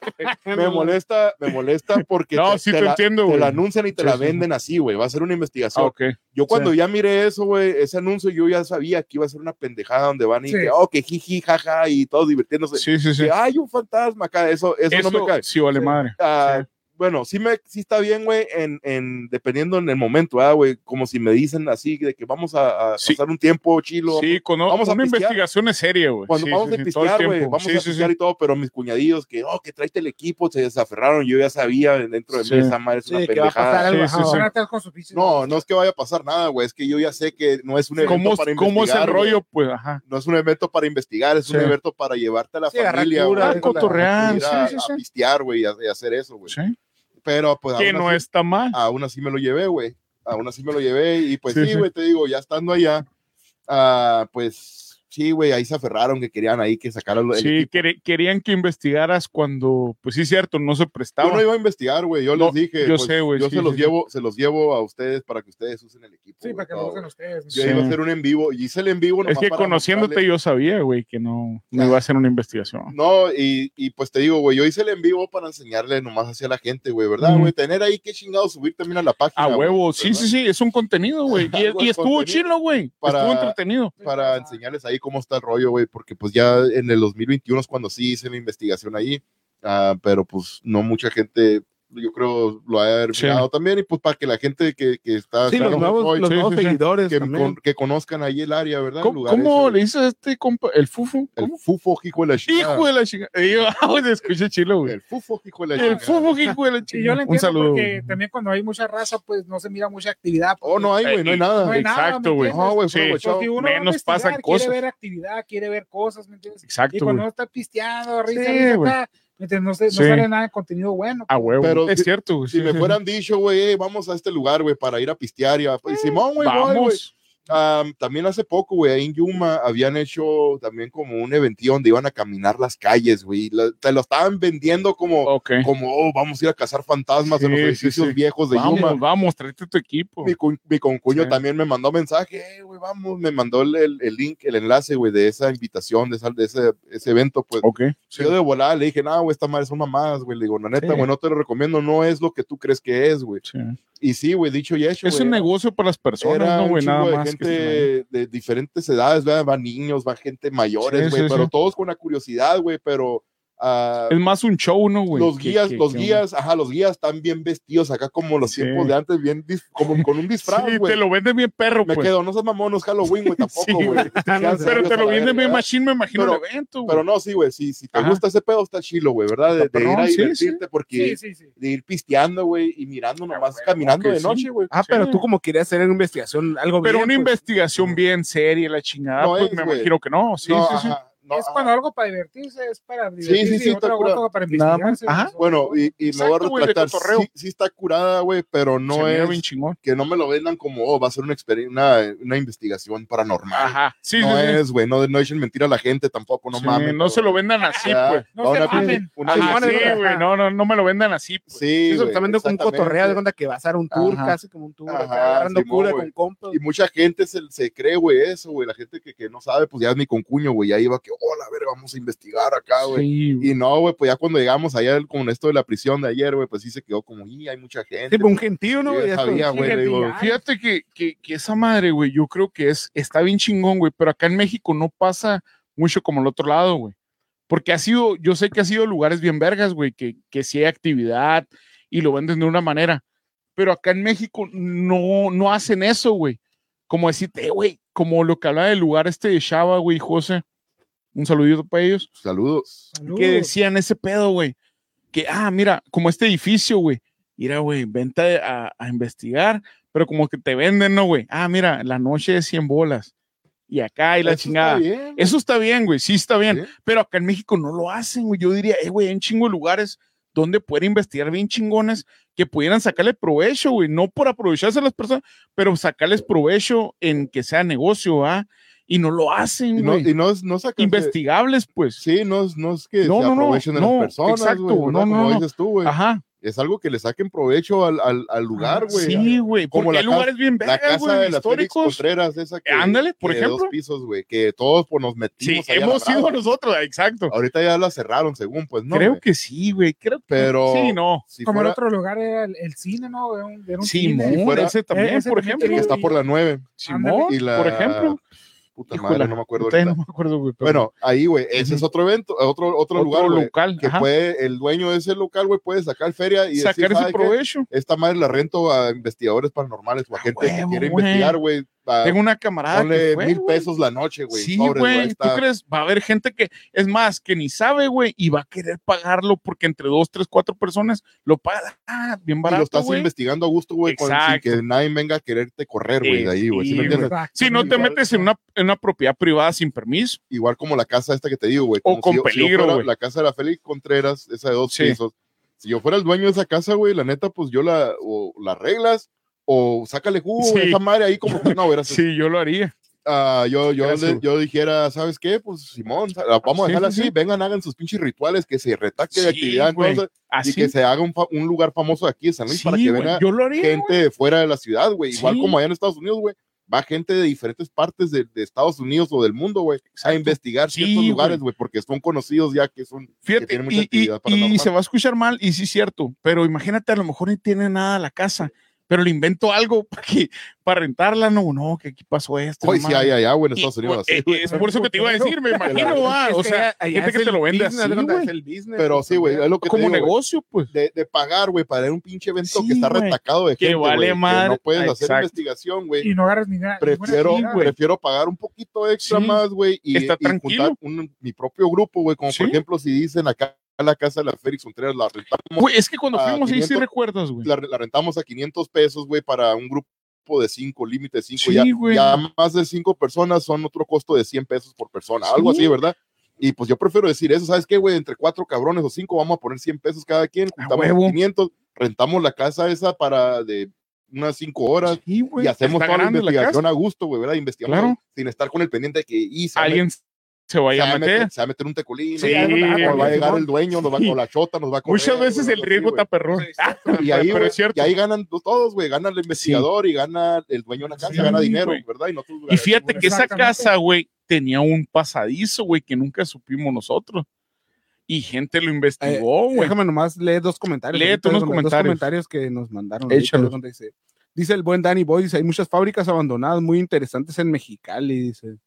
me molesta, me molesta porque No, sí te la, entiendo, te güey. la anuncian y te Sí, la sí, sí. venden así, güey. Va a ser una Ah, investigación. ok. Yo cuando ya miré eso, güey, ese anuncio, yo ya sabía que iba a ser una pendejada donde van y Sí. que, oh, que jiji, jaja, y todos divirtiéndose. Sí, sí, sí. Que hay un fantasma acá, eso, ah, eso, Eso no me cae. sí vale Sí. madre. Ah, Bueno, sí, me, sí está bien, güey, en, en, dependiendo en el momento, ah, güey, como si me dicen así, de que vamos a, a Sí. pasar un tiempo chilo. Sí, con o- Vamos a una pistear. investigación es seria, güey. Cuando Sí, vamos sí, a sí, todo el pistear, güey, tiempo. vamos Sí, a sí, sí. pistear y todo, pero mis cuñadillos que, oh, que tráete el equipo, se desaferraron, yo ya sabía dentro de mí, Sí. esa madre es una Sí, que va a pendejada. pasar algo. Sí, sí, ajá, sí. Van a va. estar con su pinche- No, no es que vaya a pasar nada, güey. Es que yo ya sé que no es un evento ¿Cómo, para investigar. cómo es el güey. rollo? Pues, ajá. No es un evento para investigar, es un Sí. Ah, evento para llevarte a la Sí, agarrar familia, cura, güey, a cotorrear, ir a, sí, sí, a sí. pistear, güey, y a- y hacer eso, güey. Sí. Pero pues Que aún, no así, está mal. aún así me lo llevé, güey. Aún así me lo llevé y pues Sí, sí, sí. güey, te digo, ya estando allá, ah, pues sí, güey, ahí se aferraron que querían ahí que sacara el Sí, equipo. quere- querían que investigaras cuando, pues sí, cierto, no se prestaba. Yo no iba a investigar, güey. Yo No, les dije, yo pues, sé, güey, yo sí, se sí, los sí. llevo, se los llevo a ustedes para que ustedes usen el equipo. Sí, güey, para que lo todo, usen güey. ustedes. Yo Sí. iba a hacer un en vivo, y hice el en vivo. es nomás que para conociéndote mostrarle- yo sabía, güey, que no, no Ah. iba a hacer una investigación. No, y, y pues te digo, güey, yo hice el en vivo para enseñarle nomás hacia la gente, güey, ¿verdad, Ujú. güey? Tener ahí que chingado subir también a la página. A güey, huevo, sí, ¿verdad? sí, sí, es un contenido, güey. Ah, Y, güey, y estuvo contenido. chilo, güey. Para- Estuvo entretenido. Pues Para enseñarles ahí cómo está el rollo, güey, porque pues ya en el 2021 es cuando sí hice la investigación ahí, ah, pero pues no mucha gente, yo creo, lo ha de haber Sí. mirado también, y pues para que la gente que, que está... Sí, los claro, nuevos, hoy, los sí, nuevos sí, sí. seguidores que, también. con- que conozcan ahí el área, ¿verdad? ¿Cómo, Lugares, cómo eh, le hizo este compa? El Fufu. El ¿Cómo? fufo, hijo de la chingada. Hijo de la chingada. Y yo, ah, güey, se escucha chilo, güey. El fufo, hijo de la El chingada. Fufu, hijo de la Sí, yo chingada. lo un entiendo saludo. porque güey. también cuando hay mucha raza, pues no se mira mucha actividad. Oh, no hay, güey, no hay Eh, no nada. hay nada, Exacto, ¿me güey. entiendes? No, güey, Sí. fue Pues, si guachado. uno va a menos investigar, pasan cosas. Quiere ver actividad, quiere ver cosas, ¿me entiendes? Exacto, Y cuando güey. uno está pisteando, risa, Sí, risa, güey. acá, ¿me entiendes? no, se- no Sí. sale nada de contenido bueno. A huevo. Pero es si- cierto, güey. Si sí, me sí, fueran dicho, güey, "Hey, vamos a este lugar, güey, para ir a pistear y a... y Simón, sí. güey, voy, güey. Vamos. Am, también hace poco, güey, ahí en Yuma habían hecho también como un eventillo donde iban a caminar las calles, güey. La- te lo estaban vendiendo como, Ok. como oh, vamos a ir a cazar fantasmas en los Sí, sí, edificios sí. viejos de Yuma. Vamos, vamos, tráete tu equipo. Mi, cu- mi concuño Sí. también me mandó mensaje, "Eh, güey, vamos, me mandó el, el- el link, el enlace, güey, de esa invitación, de, esa- de ese, ese evento, pues. Ok. Oh, sí. Yo de volada le dije, no, güey, esta madre son mamadas, güey. Le digo, la neta, Sí. güey, no te lo recomiendo, no es lo que tú crees que es, güey. Sí. Y sí, güey, dicho y hecho, Es güey, un negocio para las personas, era ¿no, un güey? chingo Nada de más. que gente estén ahí. de diferentes edades, ¿verdad? van niños, van gente mayores, Sí, güey, sí, pero sí. todos con la curiosidad, güey, pero ah, Es más un show, ¿no, güey? los Que- guías, que- los que- guías, ajá, los guías están bien vestidos acá como los Sí. tiempos de antes, bien, dis- como con un disfraz, Sí, güey. te lo venden bien perro, Me pues. quedo, no seas mamón, no es Halloween, güey, tampoco, Sí, güey. güey. Sean Pero serios te a lo la venden bien verga, machín, me imagino Pero- el evento, güey. Pero no, sí, güey, sí, si te Ajá. gusta ese pedo, está chilo, güey, ¿verdad? De, Está de ir perrón, a sí, sí. divertirte, porque Sí, sí, sí. de ir pisteando, güey, y mirando nomás, güey, caminando ok, de sí. noche, güey. Ah, Sí. pero tú como querías hacer una investigación, algo Pero bien, una pues. investigación bien seria, la chingada, No pues es, me güey. imagino que no. Sí, No, sí, sí. ajá, no, es ajá. cuando algo para divertirse, es para sí, divertirse. sí, y está otra curado. cosa para Nada más. investigarse. Ajá. Bueno, y, y me voy a Exacto, güey, de retratar. cotorreo. Sí, sí está curada, güey, pero Se no mira es bien chingón. que no me lo vendan como, oh, va a ser una, experien- una, una investigación paranormal. Ajá. Sí, no sí, sí. es, güey, no, no echen mentira a la gente tampoco, no Sí, mames. no se lo vendan así, pues. No va se una- mamen. una- Ajá, Ajá, sí, sí. güey. No, no, no me lo vendan así. pues. Sí, Eso güey, también de un exactamente. cotorreo, de cuenta que vas a dar un tour, Ajá. casi como un tour, acá, Ajá, agarrando Simón, cura güey. con compas. Y mucha gente se, se cree, güey, eso, güey. La gente que, que no sabe, pues ya es mi concuño, güey. Ya iba que, hola, a ver, vamos a investigar acá, güey. Sí, güey. Y no, güey, pues ya cuando llegamos allá el- con esto de la prisión de ayer, güey, pues sí se quedó como, y hay mucha gente. Tipo pues, un gentío, ¿no? Yo ya güey? Ya es como- ah, sabía, güey, le digo, Ay. Fíjate que, que, que esa madre, güey, yo creo que es, está bien chingón, güey, pero acá en México no pasa mucho como el otro lado, güey. Porque ha sido, yo sé que ha sido lugares bien vergas, güey, que, que sí hay actividad y lo venden de una manera, pero acá en México no, no hacen eso, güey. Como decirte, "Eh, güey, como lo que hablaba del lugar este de Chava, güey, José, un saludito para ellos saludos. que Saludos. decían ese pedo, güey. Que, ah, mira, como este edificio, güey. Mira, güey, vente a, a investigar, pero como que te venden, ¿no, güey? Ah, mira, la noche es 100 bolas. Y acá y la Eso está chingada. bien, güey. Eso está bien, güey, sí está bien. Sí. Pero acá en México no lo hacen, güey. Yo diría, eh, güey, hay un chingo de lugares donde poder investigar bien chingones que pudieran sacarle provecho, güey. No por aprovecharse a las personas, pero sacarles provecho en que sea negocio, ¿ah? Y no lo Y hacen, no, güey. y no, es- no sacan- Investigables, pues. Sí, no es, no es que No, se no, no, aprovechen de no, las personas, exacto, güey, ¿verdad? no, no, como no. dices tú, güey. Ajá. Ah, Es algo que le saquen provecho al, al, al lugar, güey. Sí, güey. Como Como la hay casa- lugares bien La vergas, casa güey, de las Félix históricos. Contreras, esa que. Eh, ándale, por que De ejemplo. dos pisos, güey, que todos pues, nos Sí, metimos. ahí a la hemos brava. ido nosotros, exacto. Ahorita ya la cerraron, según, pues no. Creo güey. que sí, Ah, güey. Creo que Pero- sí, no. Si Como fuera el otro lugar era el, el cine, ¿no? Era un, era un Simón, cine. fuera- ese también, ese por también el que ejemplo. está por la 9. Simón, Y la- por ejemplo. Puta Híjole, madre, no me acuerdo. todavía ahorita. no me acuerdo, güey. pero Bueno, ahí, güey, ese es otro evento, otro, otro, otro lugar, güey. local. Que ajá, puede, el dueño de ese local, güey, puede sacar feria y sacar decir, ese "¿Sabe qué? provecho. Ah, Esta madre la rento a investigadores paranormales o a gente que huevo, quiere güey. investigar, güey. a- Tengo una camarada que Ponle fue, mil güey. pesos la noche, güey. Sí, sobres, ahí güey. ¿Tú está. crees? Va a haber gente que, es más, que ni sabe, güey, y va a querer pagarlo porque entre dos, tres, cuatro personas lo paga. Ah, bien Y barato, lo estás güey. investigando a gusto, güey, con- sin Exacto. que nadie venga a quererte correr, güey, de ahí, güey. ¿sí Sí, me entiendes? Exacto. Si no te Igual- metes en una, en una propiedad privada sin permiso. Igual como la casa esta que te digo, güey. como O con yo- peligro, fuera güey. La casa de la Félix Contreras, esa de dos Sí. pisos. Si yo fuera el dueño de esa casa, güey, la neta, pues yo la, o la arreglas o sácale jugo, güey, Sí. esa madre ahí como que no, verás. Sí, yo lo haría. Ah, yo, yo, Gracias, le- güey. yo dijera, ¿sabes qué? Pues Simón, la- vamos a Sí, dejarla sí, así, sí. vengan, hagan sus pinches rituales, que se retaque de Sí, actividad güey. entonces, y Así que se haga un, fa- un lugar famoso aquí de San Luis Sí, para que güey, venga yo lo haría. gente de fuera de la ciudad, güey. Igual Sí. como allá en Estados Unidos, güey. Va gente de diferentes partes de, de Estados Unidos o del mundo, güey, a investigar Sí, ciertos güey. lugares, güey, porque son conocidos ya que son. que Fíjate, tiene mucha y, y- actividad paranormal. y se va a escuchar mal, y sí es cierto, pero imagínate, a lo mejor no tiene nada la casa, pero le invento algo para, que, para rentarla, no, no, que aquí pasó esto. Hoy no sí hay mames. allá, güey, en Y, Estados güey, Unidos. así, eh, güey. es por eso que te iba a decir, me imagino, va, o sea, gente que este te lo vende así, güey. el business. Pero sí, güey, es lo que te como digo, güey, negocio, pues. De, de pagar, güey, para ir a un pinche evento Sí, que está güey, retacado de que gente, vale güey, madre. no puedes hacer Exacto. investigación, güey. Y no agarras ni nada. ninguna Prefiero, gira. prefiero pagar un poquito extra Sí. más, güey, y, Está y juntar tranquilo. un- mi propio grupo, güey, como por Sí. ejemplo si dicen acá la casa de la Félix Contreras, la rentamos Güey, es que cuando Ah, fuimos ahí sí 500 recuerdas, güey. la, la rentamos a 500 pesos, güey, para un grupo de cinco, límite de cinco. Sí, ya, güey. ya más de cinco personas son otro costo de 100 pesos por persona, algo Sí. así, ¿verdad? Y pues yo prefiero decir eso, ¿sabes qué, güey? Entre cuatro cabrones o cinco vamos a poner 100 pesos cada quien, A juntamos huevo. 500, rentamos la casa esa para de unas cinco horas Sí, y güey, hacemos Pues, está toda la grande la investigación casa. a gusto, güey, ¿verdad? Investigamos Claro. sin estar con el pendiente de que y, se va a Alguien se met- se vaya va a a meter, meter. se va a meter un teculín, Sí, nos va a- nos va a güey, llegar Simón. el dueño, nos va con la chota, nos va a correr, Muchas veces güey, el así, riesgo güey. está perrón. y ahí, pero güey, es cierto. y ahí ganan to- todos, güey, gana el investigador y gana el dueño de una casa, Sí, gana dinero, güey. ¿verdad? Y, nosotros Y fíjate que esa Exactamente. casa, güey, tenía un pasadizo, güey, que nunca supimos nosotros. Y gente lo investigó, güey. Eh, Déjame nomás leer dos comentarios. Lee tú ahorita, unos dos comentarios. comentarios. que nos mandaron. Échalos. ahorita, dice, dice el buen Danny Boy, dice, hay muchas fábricas abandonadas muy interesantes en Mexicali, dice.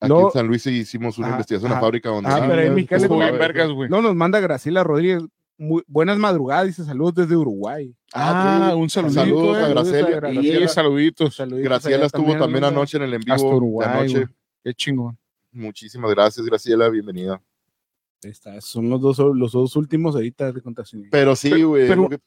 aquí No. en San Luis hicimos una Ajá, investigación en la ajá. fábrica donde Ah, eran, pero ahí en güey, Mexicali Estuvo estuvo también. bien bien, vergas, güey. No, nos manda Graciela Rodríguez. Muy, buenas madrugadas, dice, saludos desde Uruguay. Ah, un saludito, Saludos a eh. Graciela. Saludos a Graciela. Sí, saluditos. Saluditos Graciela allá estuvo también ¿no? anoche en el en Hasta vivo Uruguay, de anoche. güey. Qué chingón. Muchísimas gracias, Graciela, bienvenida. Ahí está, son los dos, los dos últimos ahorita de contación. Pero sí, güey. pero lo que-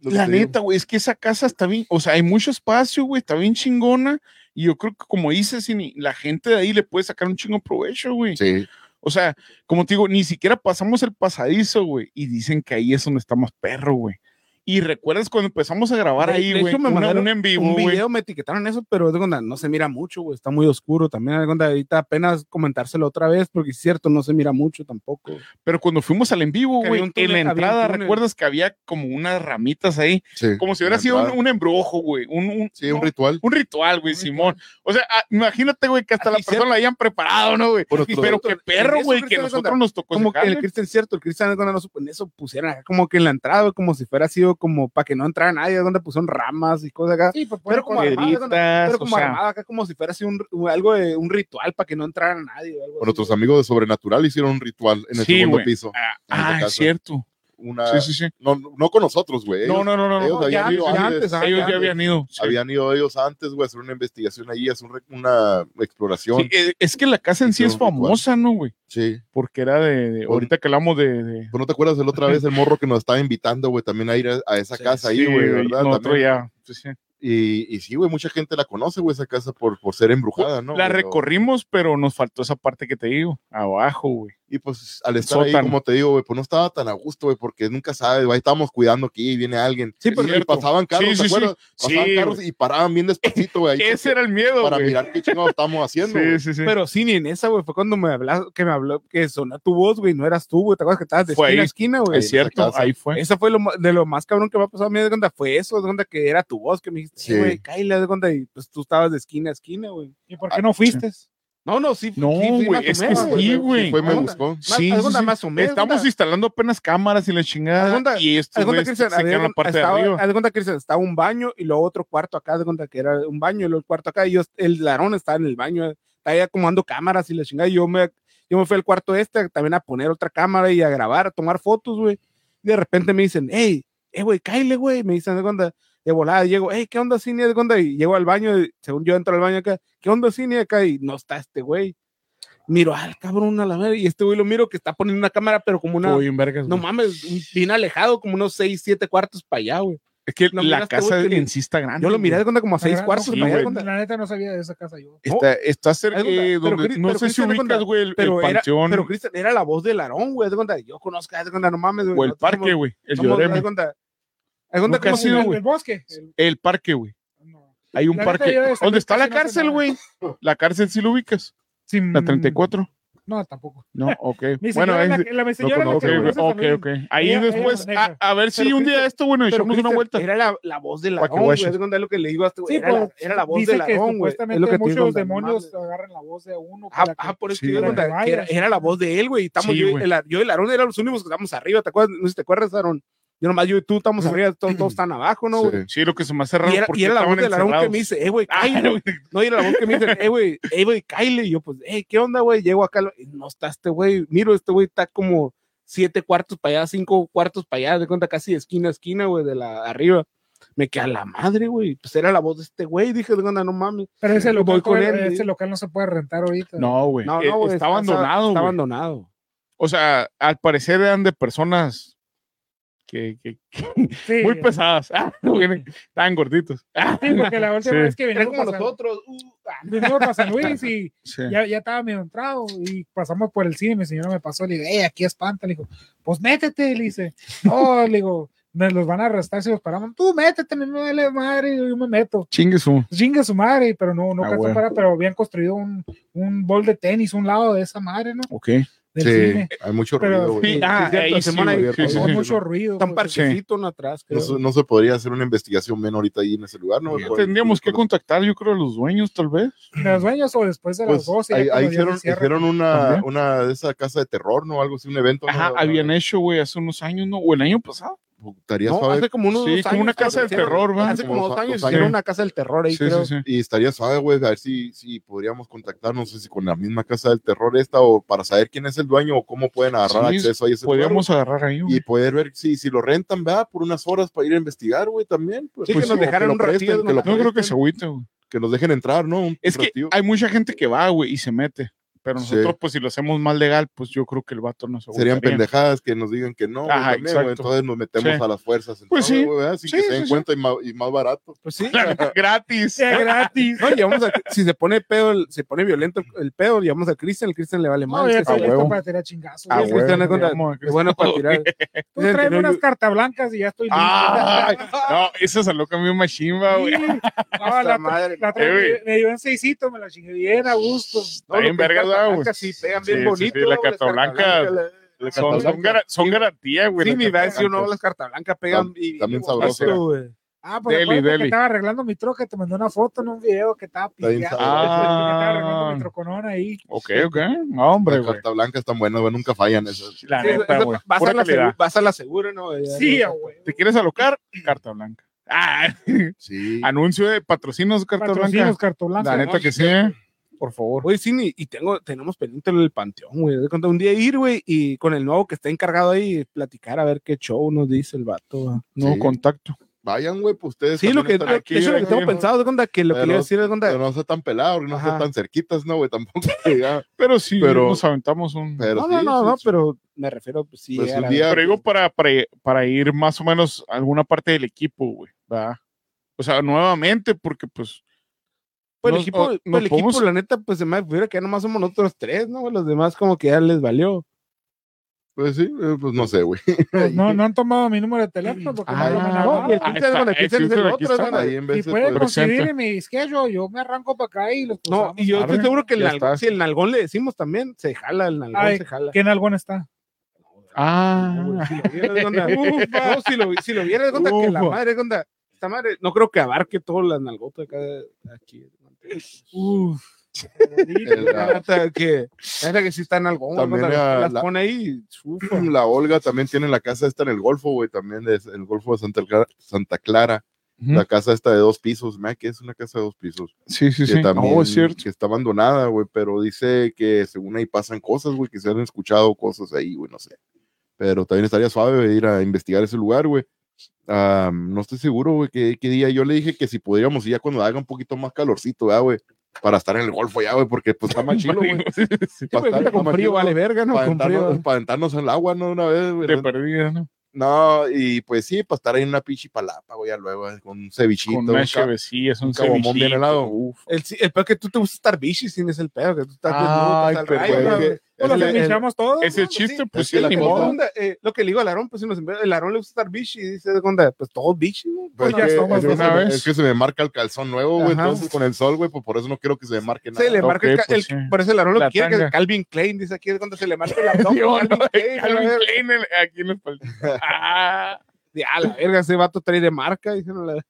lo que La te digo. neta, güey, es que esa casa está bien, o sea, hay mucho espacio, güey, está bien chingona. Y yo creo que, como dices, y ni- la gente de ahí le puede sacar un chingo provecho, güey. Sí, O sea, como te digo, ni siquiera pasamos el pasadizo, güey. Y dicen que ahí es donde está más perro, güey. Y recuerdas cuando empezamos a grabar De- ahí, de güey. hecho, me Una, mandaron un en vivo, un güey. video me etiquetaron eso, pero haz de cuenta, no se mira mucho, güey. Está muy oscuro también. haz de cuenta, ahorita apenas comentárselo otra vez, porque es cierto, no se mira mucho tampoco. Pero cuando fuimos al en vivo, Que había güey, un en túnel, la había un entrada, túnel. recuerdas que había como unas ramitas ahí, sí. como si hubiera Una sido un, entrada. un embrujo, güey. Un, un, Sí, un no, ritual. un ritual, güey, Simón. O sea, ah, imagínate, güey, que hasta la persona la hayan preparado, ¿no, güey? Bueno, todo- Pero qué perro, eso, güey, que Cristian, nosotros cuenta, nos tocó como que sacarle. el Cristian, cierto, el Cristian, haz de cuenta, no supo- en eso pusieron acá como que en la entrada, güey, como si fuera sido como para que no entrara nadie, haz de cuenta, pusieron ramas y cosas acá. Sí, pues, Pero pero como armado, haz de cuenta, Piedritas, pero pues, o como sea, armado acá, como si fuera así un, un- algo de un ritual para que no entrara nadie. o algo así, Bueno, nuestros güey. amigos de Sobrenatural hicieron un ritual en el Sí, segundo güey. piso. ah, en esa ah, casa. es cierto. Una, Sí, sí, sí. No, no con nosotros, güey. No, ellos- no, no, no. ellos no. habían ya ido antes, ya antes, antes, ah, Ellos ya antes. habían ido. sí. Habían ido ellos antes, güey, a hacer una investigación ahí, a hacer un re- una exploración. Sí, eh, es que la casa en sí es Hicieron un ritual. famosa, ¿no, güey? sí. Porque era de, de- Bueno. ahorita que hablamos de, de- Pues no te acuerdas el otra vez el morro que nos estaba invitando, güey, también a ir a, a esa casa ahí, sí, güey, ¿verdad? nosotros También. ya. sí, sí. Y, y sí, güey, mucha gente la conoce, güey, esa casa por, por ser embrujada, ¿no? la Pero- recorrimos, pero nos faltó esa parte que te digo, abajo, güey. Y pues al estar ahí, sótano. como te digo, güey, pues no estaba tan a gusto, güey, porque nunca sabes, güey, ahí estábamos cuidando aquí y viene alguien. Sí, Y pasaban carros, Sí, ¿te sí, sí. acuerdas? Pasaban Sí, carros y paraban bien despacito, güey, ahí Ese era el miedo, para güey. mirar qué chingados estamos haciendo, Sí, güey. sí, sí. Pero sí, ni en esa, güey, fue cuando me habló, que me habló, que sonó tu voz, güey, no eras tú, güey, te acuerdas que estabas de Fue esquina a ahí. esquina, güey. es cierto, casa. ahí fue. Esa fue lo, ma- de lo más cabrón que me ha pasado a mí, de onda, fue eso, de onda que era tu voz, que me dijiste, Sí. sí, güey, cállate, de onda, y pues tú estabas de esquina a esquina, güey. ¿Y por qué no fuiste? No, no, sí. No, sí, sí, güey, más o es que menos, güey, sí, pero- güey. Fue, me Onda. buscó. Más- Sí, haz sí, cuenta, sí. más o menos, Estamos onda. instalando apenas cámaras y la Haz chingada. cuenta- y estos Haz cuenta, güeyes Cristian, se quedan había- la parte de estaba- arriba. haz cuenta, Cristian, estaba un baño y luego otro cuarto acá, haz de cuenta que era un baño y luego el cuarto acá, y yo, el larón estaba en el baño, estaba ahí acomodando cámaras y la chingada, y yo me, yo me fui al cuarto este también a poner otra cámara y a grabar, a tomar fotos, güey, y de repente me dicen, hey, eh, güey, cállate, güey, me dicen, haz de cuenta, de volada, llego, hey, ¿qué onda, cine? Haz de cuenta, y llego al baño, y según yo entro al baño acá, ¿qué onda, cine? Acá, y no está este güey. Miro al cabrón a la madre, y este güey lo miro que está poniendo una cámara, pero como una, Estuvo bien vergas, no Pues, güey. mames, bien alejado, como unos 6, 7 cuartos para allá, güey. Es que lo la miraste, güey, casa que ni- en sí está grande. Yo lo miré güey. de cuenta como a 6 La cuartos verdad, sí, para allá, güey. de cuenta. La neta no sabía de esa casa yo. Está, está cerca, haz de cuenta, eh, pero donde, Cris- no pero sé si Cristian, haz de ubicas, cuenta, güey, el, el Pero, era, panteón pero Cristian, era la voz del Aarón, güey. haz de cuenta, yo conozco, haz de cuenta, no mames, güey. o el nosotros parque, somos- güey, el somos- haz de Lloreme. cuenta- haz de cuenta Nunca como ha sido, que- güey. El bosque. el- El parque, güey. no. Hay un La neta, parque. yo de esa ¿Dónde está casi la no sé cárcel, nada. güey? La cárcel sí lo ubicas. Sin- La 34. mm, No, tampoco. No, ok. Mi bueno, señora, ahí- la, la, mi señora la conozco, ok, que güey. conoce ok, también. ok. Ahí Ella- ella después, maneja. a, a ver si Pero un día Cristian- esto, bueno, pero echamos una Cristian, vuelta. Era la, la voz del Pa' que Aarón, güey. guaches. haz de cuenta, es lo que le digo a este güey. Sí, era, la, pues, era la voz Dice del que Aarón, güey. supuestamente Es lo que te digo, muchos onda, no demonios mames. agarran la voz de uno. Ah, para que- ah, por eso Sí, te digo, güey. onda, que era, era la voz de él, güey. y Estamos Sí, yo, güey. el, Ar- yo y el Aarón eran los únicos que estábamos arriba, ¿te acuerdas? No sé si te acuerdas, Aarón. Yo nomás, yo y tú estamos arriba, todos, todos están abajo, ¿no? Sí. güey? Sí, lo que se me hace raro Y era, porque y era la voz estaban del Aarón que encerrados. me dice, eh, güey, Ah, cállate, No, y era la voz que me dicen, eh, güey, eh, güey, Kyle. Y yo, pues, eh, ¿qué onda, güey? Llego acá, lo- y no está este güey. Miro, este güey está como siete cuartos para allá, cinco cuartos para allá, de cuenta casi de esquina a esquina, güey, de la arriba. Me queda la madre, güey. Pues era la voz de este güey. Dije, de cuenta, no mames. Pero ese Voy local, con puede- él, ese eh. local no se puede rentar ahorita. no, güey. No, Eh, no, güey. está abandonado, Está güey. abandonado. O sea, al parecer eran de personas que, que- Sí, muy pesadas. Ah, no, güey, estaban gorditos. Ah, sí, porque la última Sí. vez que Era vinimos como para, San, nosotros. uh, ah. vinimos para San Luis y sí. ya, ya estaba medio entrado y pasamos por el cine. Mi señora me pasó, le digo, hey, aquí espanta. Le digo, pues métete, le dice. No, le digo, nos los van a arrastrar si los paramos. Tú métete, me vale madre, yo me meto. Chingue su. Chinga su madre, pero no, no Ah, alcanzó bueno. para, pero habían construido un, un bol de tenis, un lado de esa madre, ¿no? Ok. Del Sí, cine. hay mucho Pero ruido, güey. sí, ah, cierto, ahí sí, Simón, güey, ahí- sí, sí, Hubo sí. mucho ruido. Tan pues, parchecito en atrás. No, se- no se podría hacer una investigación menor ahorita ahí en ese lugar, ¿no? Por- Tendríamos que por- contactar, yo creo, a los dueños, tal vez. de Los dueños o después de las pues, 12. ya ahí, cuando ahí ya hicieron, se cierra. hicieron una, También. una de esas casas de terror, ¿no? Algo así, un evento. ¿no? Ajá, Una- habían hecho, güey, hace unos años, ¿no? O el año pasado. estaría No, suave. hace como unos Sí, dos como años, una casa creo que del hicieron- terror, ¿va? Hace como Como dos dos años años. hicieron una casa del terror ahí, Sí, creo. sí, sí. Y estaría suave, güey, a ver si, si podríamos contactarnos, no sé si con la misma casa del terror esta o para saber quién es el dueño o cómo pueden agarrar Sí, acceso a ese lugar, Podríamos agarrar ahí, güey, güey. y poder ver si, si lo rentan, ¿verdad? Por unas horas para ir a investigar, güey, también. Pues, Sí, pues, que nos o dejaran lo un presten, ratillo, que, lo ¿no? No creo que presten, se agüite, güey. que nos dejen entrar, ¿no? Un Es que ratillo. hay mucha gente que va, güey, y se mete. Pero Sí. nosotros, pues, si lo hacemos más legal, pues yo creo que el vato no se agüitaría. Serían pendejadas que nos digan que no, güey, Ajá, también, güey, exacto. entonces nos metemos Sí. a las fuerzas. Pues entonces, sí. güey, ¿verdad? Sin Sí, que se sí, den sí. cuenta y ma- y más barato. Pues sí. La neta, Gratis. Ah, Sí, gratis. Ah, No, llevamos a- si se pone pedo, el- se pone violento el- el pedo, llevamos a Cristian, el Cristian le vale No, más. ya que está se- a listo huevo. para tirar chingazos. Ah, Sí, güey. Cristian, es contra- Vamos, es bueno para tirar. Tú traes No, unas yo- cartas blancas y ya estoy listo. Ah, Ay, no, esa se lo cambió Machimba, güey. Sí. No, la, Esta madre. la otra Eh, güey. me- me dio en seisito, me la chingué bien a gusto. Está bien No, lo que vergas, es ¿verdad, carta güey. blanca, sí, pegan Sí, bien sí, bonito, sí, la güey, las carta cartas blanca. blancas, la- Son- Son, son, gara- son garantía, güey. Sí, las mi va a cartas decir uno, blancas. las cartas blancas pegan y. También y- sabrosas. esto, güey. Ah, pues Deli, acuérdate deli. que estaba arreglando mi troca, te mandé una foto en un video que estaba Está bien piteado. sabroso. que estaba Ah. arreglando mi troconón ahí. Ok, ok. No, hombre, Las güey. cartas blancas están buenas, güey, nunca fallan esas. La Sí, neta, esa- güey. Vas Pura a la calidad. segura, vas a la segura, ¿no? Ya, Sí, ah, ya. a huevo. ¿Te quieres alocar? Carta blanca. Ah, Sí. anuncio de patrocinios, carta Patrocinos, blanca. cartoblanca. La neta que sí, ¿eh? por favor. Oye, sí, ni- y tengo, tenemos pendiente el panteón, güey. De cuenta, un día ir, güey, y con el nuevo que está encargado ahí, platicar a ver qué show nos dice el vato. güey. No Sí. contacto. Vayan, güey, pues ustedes. Sí, lo que, también están de hecho, lo que güey, tengo ¿no? pensado, de cuenta, que lo que Pero- le iba a decir, de Pero cuenta, no sea tan pelado, no sea Ajá. tan cerquitas, ¿no, güey? Tampoco que ya. Pero sí, Pero- Eh, nos aventamos un. Pero, Pero no, sí, no, no, sí, no, sí. pero me refiero, pues sí. Pues a la- un día. digo para, para, para ir más o menos a alguna parte del equipo, güey. ¿verdad? O sea, nuevamente, porque pues. Pues el nos- equipo, o- pues, nos el equipo, podemos- la neta, pues se me figura que ya nomás somos nosotros tres, ¿no? Los demás como que ya les valió. Pues sí, eh, pues no sé, güey. Pues no, no han tomado mi número de teléfono porque Ah, no lo No, mandaban. y el ahí Cristian, está, bueno, el el Cristian es el Cristian aquí otro, está, ¿no? Ahí en Si vez de. pueden pues, conseguir mi schedule, yo me arranco para acá y los No, cruzamos. y yo estoy Arre, seguro que el ya nalgón- está. si el nalgón le decimos también, se jala, el nalgón Ay, se jala. ¿Quién algún está? No, güey, Ah, si lo vieras, onda, no, si lo, si lo vieras, onda, que la Ufa. madre, onda, esta madre, no creo que abarque todas las nalgotas acá, aquí. Uf. La neta que, la neta que sí están algo, También la- las la- pone ahí, ufa. La Olga también tiene la casa esta en el Golfo, güey, también es el Golfo de Santa, Clara- Santa Clara. La casa esta de dos pisos, me que es una casa de dos pisos. sí, sí, que sí. también No, es cierto. que está abandonada, güey, pero dice que según ahí pasan cosas, güey, que se han escuchado cosas ahí, güey, no sé. Pero también estaría suave güey, ir a investigar ese lugar, güey. Ah, no estoy seguro, güey, qué, qué día. Yo le dije que si pudiéramos ir ya cuando haga un poquito más calorcito, ¿verdad, güey, para estar en el golfo ya, güey, porque pues está más chido, güey. De Para estar- con está más frío chido, vale güey, verga, ¿no? Para Con aventarnos, frío. para aventarnos al agua, ¿no? Una vez, güey. perdida, ¿no? No, y pues sí, para estar ahí en una pinche palapa, güey, ya luego, eh, con un cevichito. Con un una ca- chevecilla, es un un cabomón bien cevichito. helado. Uf. El, el peor que tú te gusta estar bichi sin es el peor, que tú estás Ay, desnudo, estás al pero, Güey, rayo, es güey. que- Pues es los que- echamos todos. Ese ¿no? chiste, Sí. pues es sí, que la ni Pues, cosa- modo. onda, eh, lo que le digo al Aarón, pues si nos envía- el Aarón le gusta estar bichi, y dice, onda, pues todos bichi, ¿no? Pues Bueno, que- ya somos es, de que una se me- vez. es que se me marca el calzón nuevo, güey. Ajá. Entonces, con el sol, güey, pues por eso no quiero que se me marque nada. Se le Ok, marca el ca- pues, el, sí. por eso el Aarón lo La quiere, que tanga. es Calvin Klein, dice aquí, es cuando se le marca el abdomen, Yo, Calvin no, Klein, a la Calvin verga. Klein el- aquí en la espalda. Ah, De, "Ah, la verga, ese vato trae de marca, dice, no, la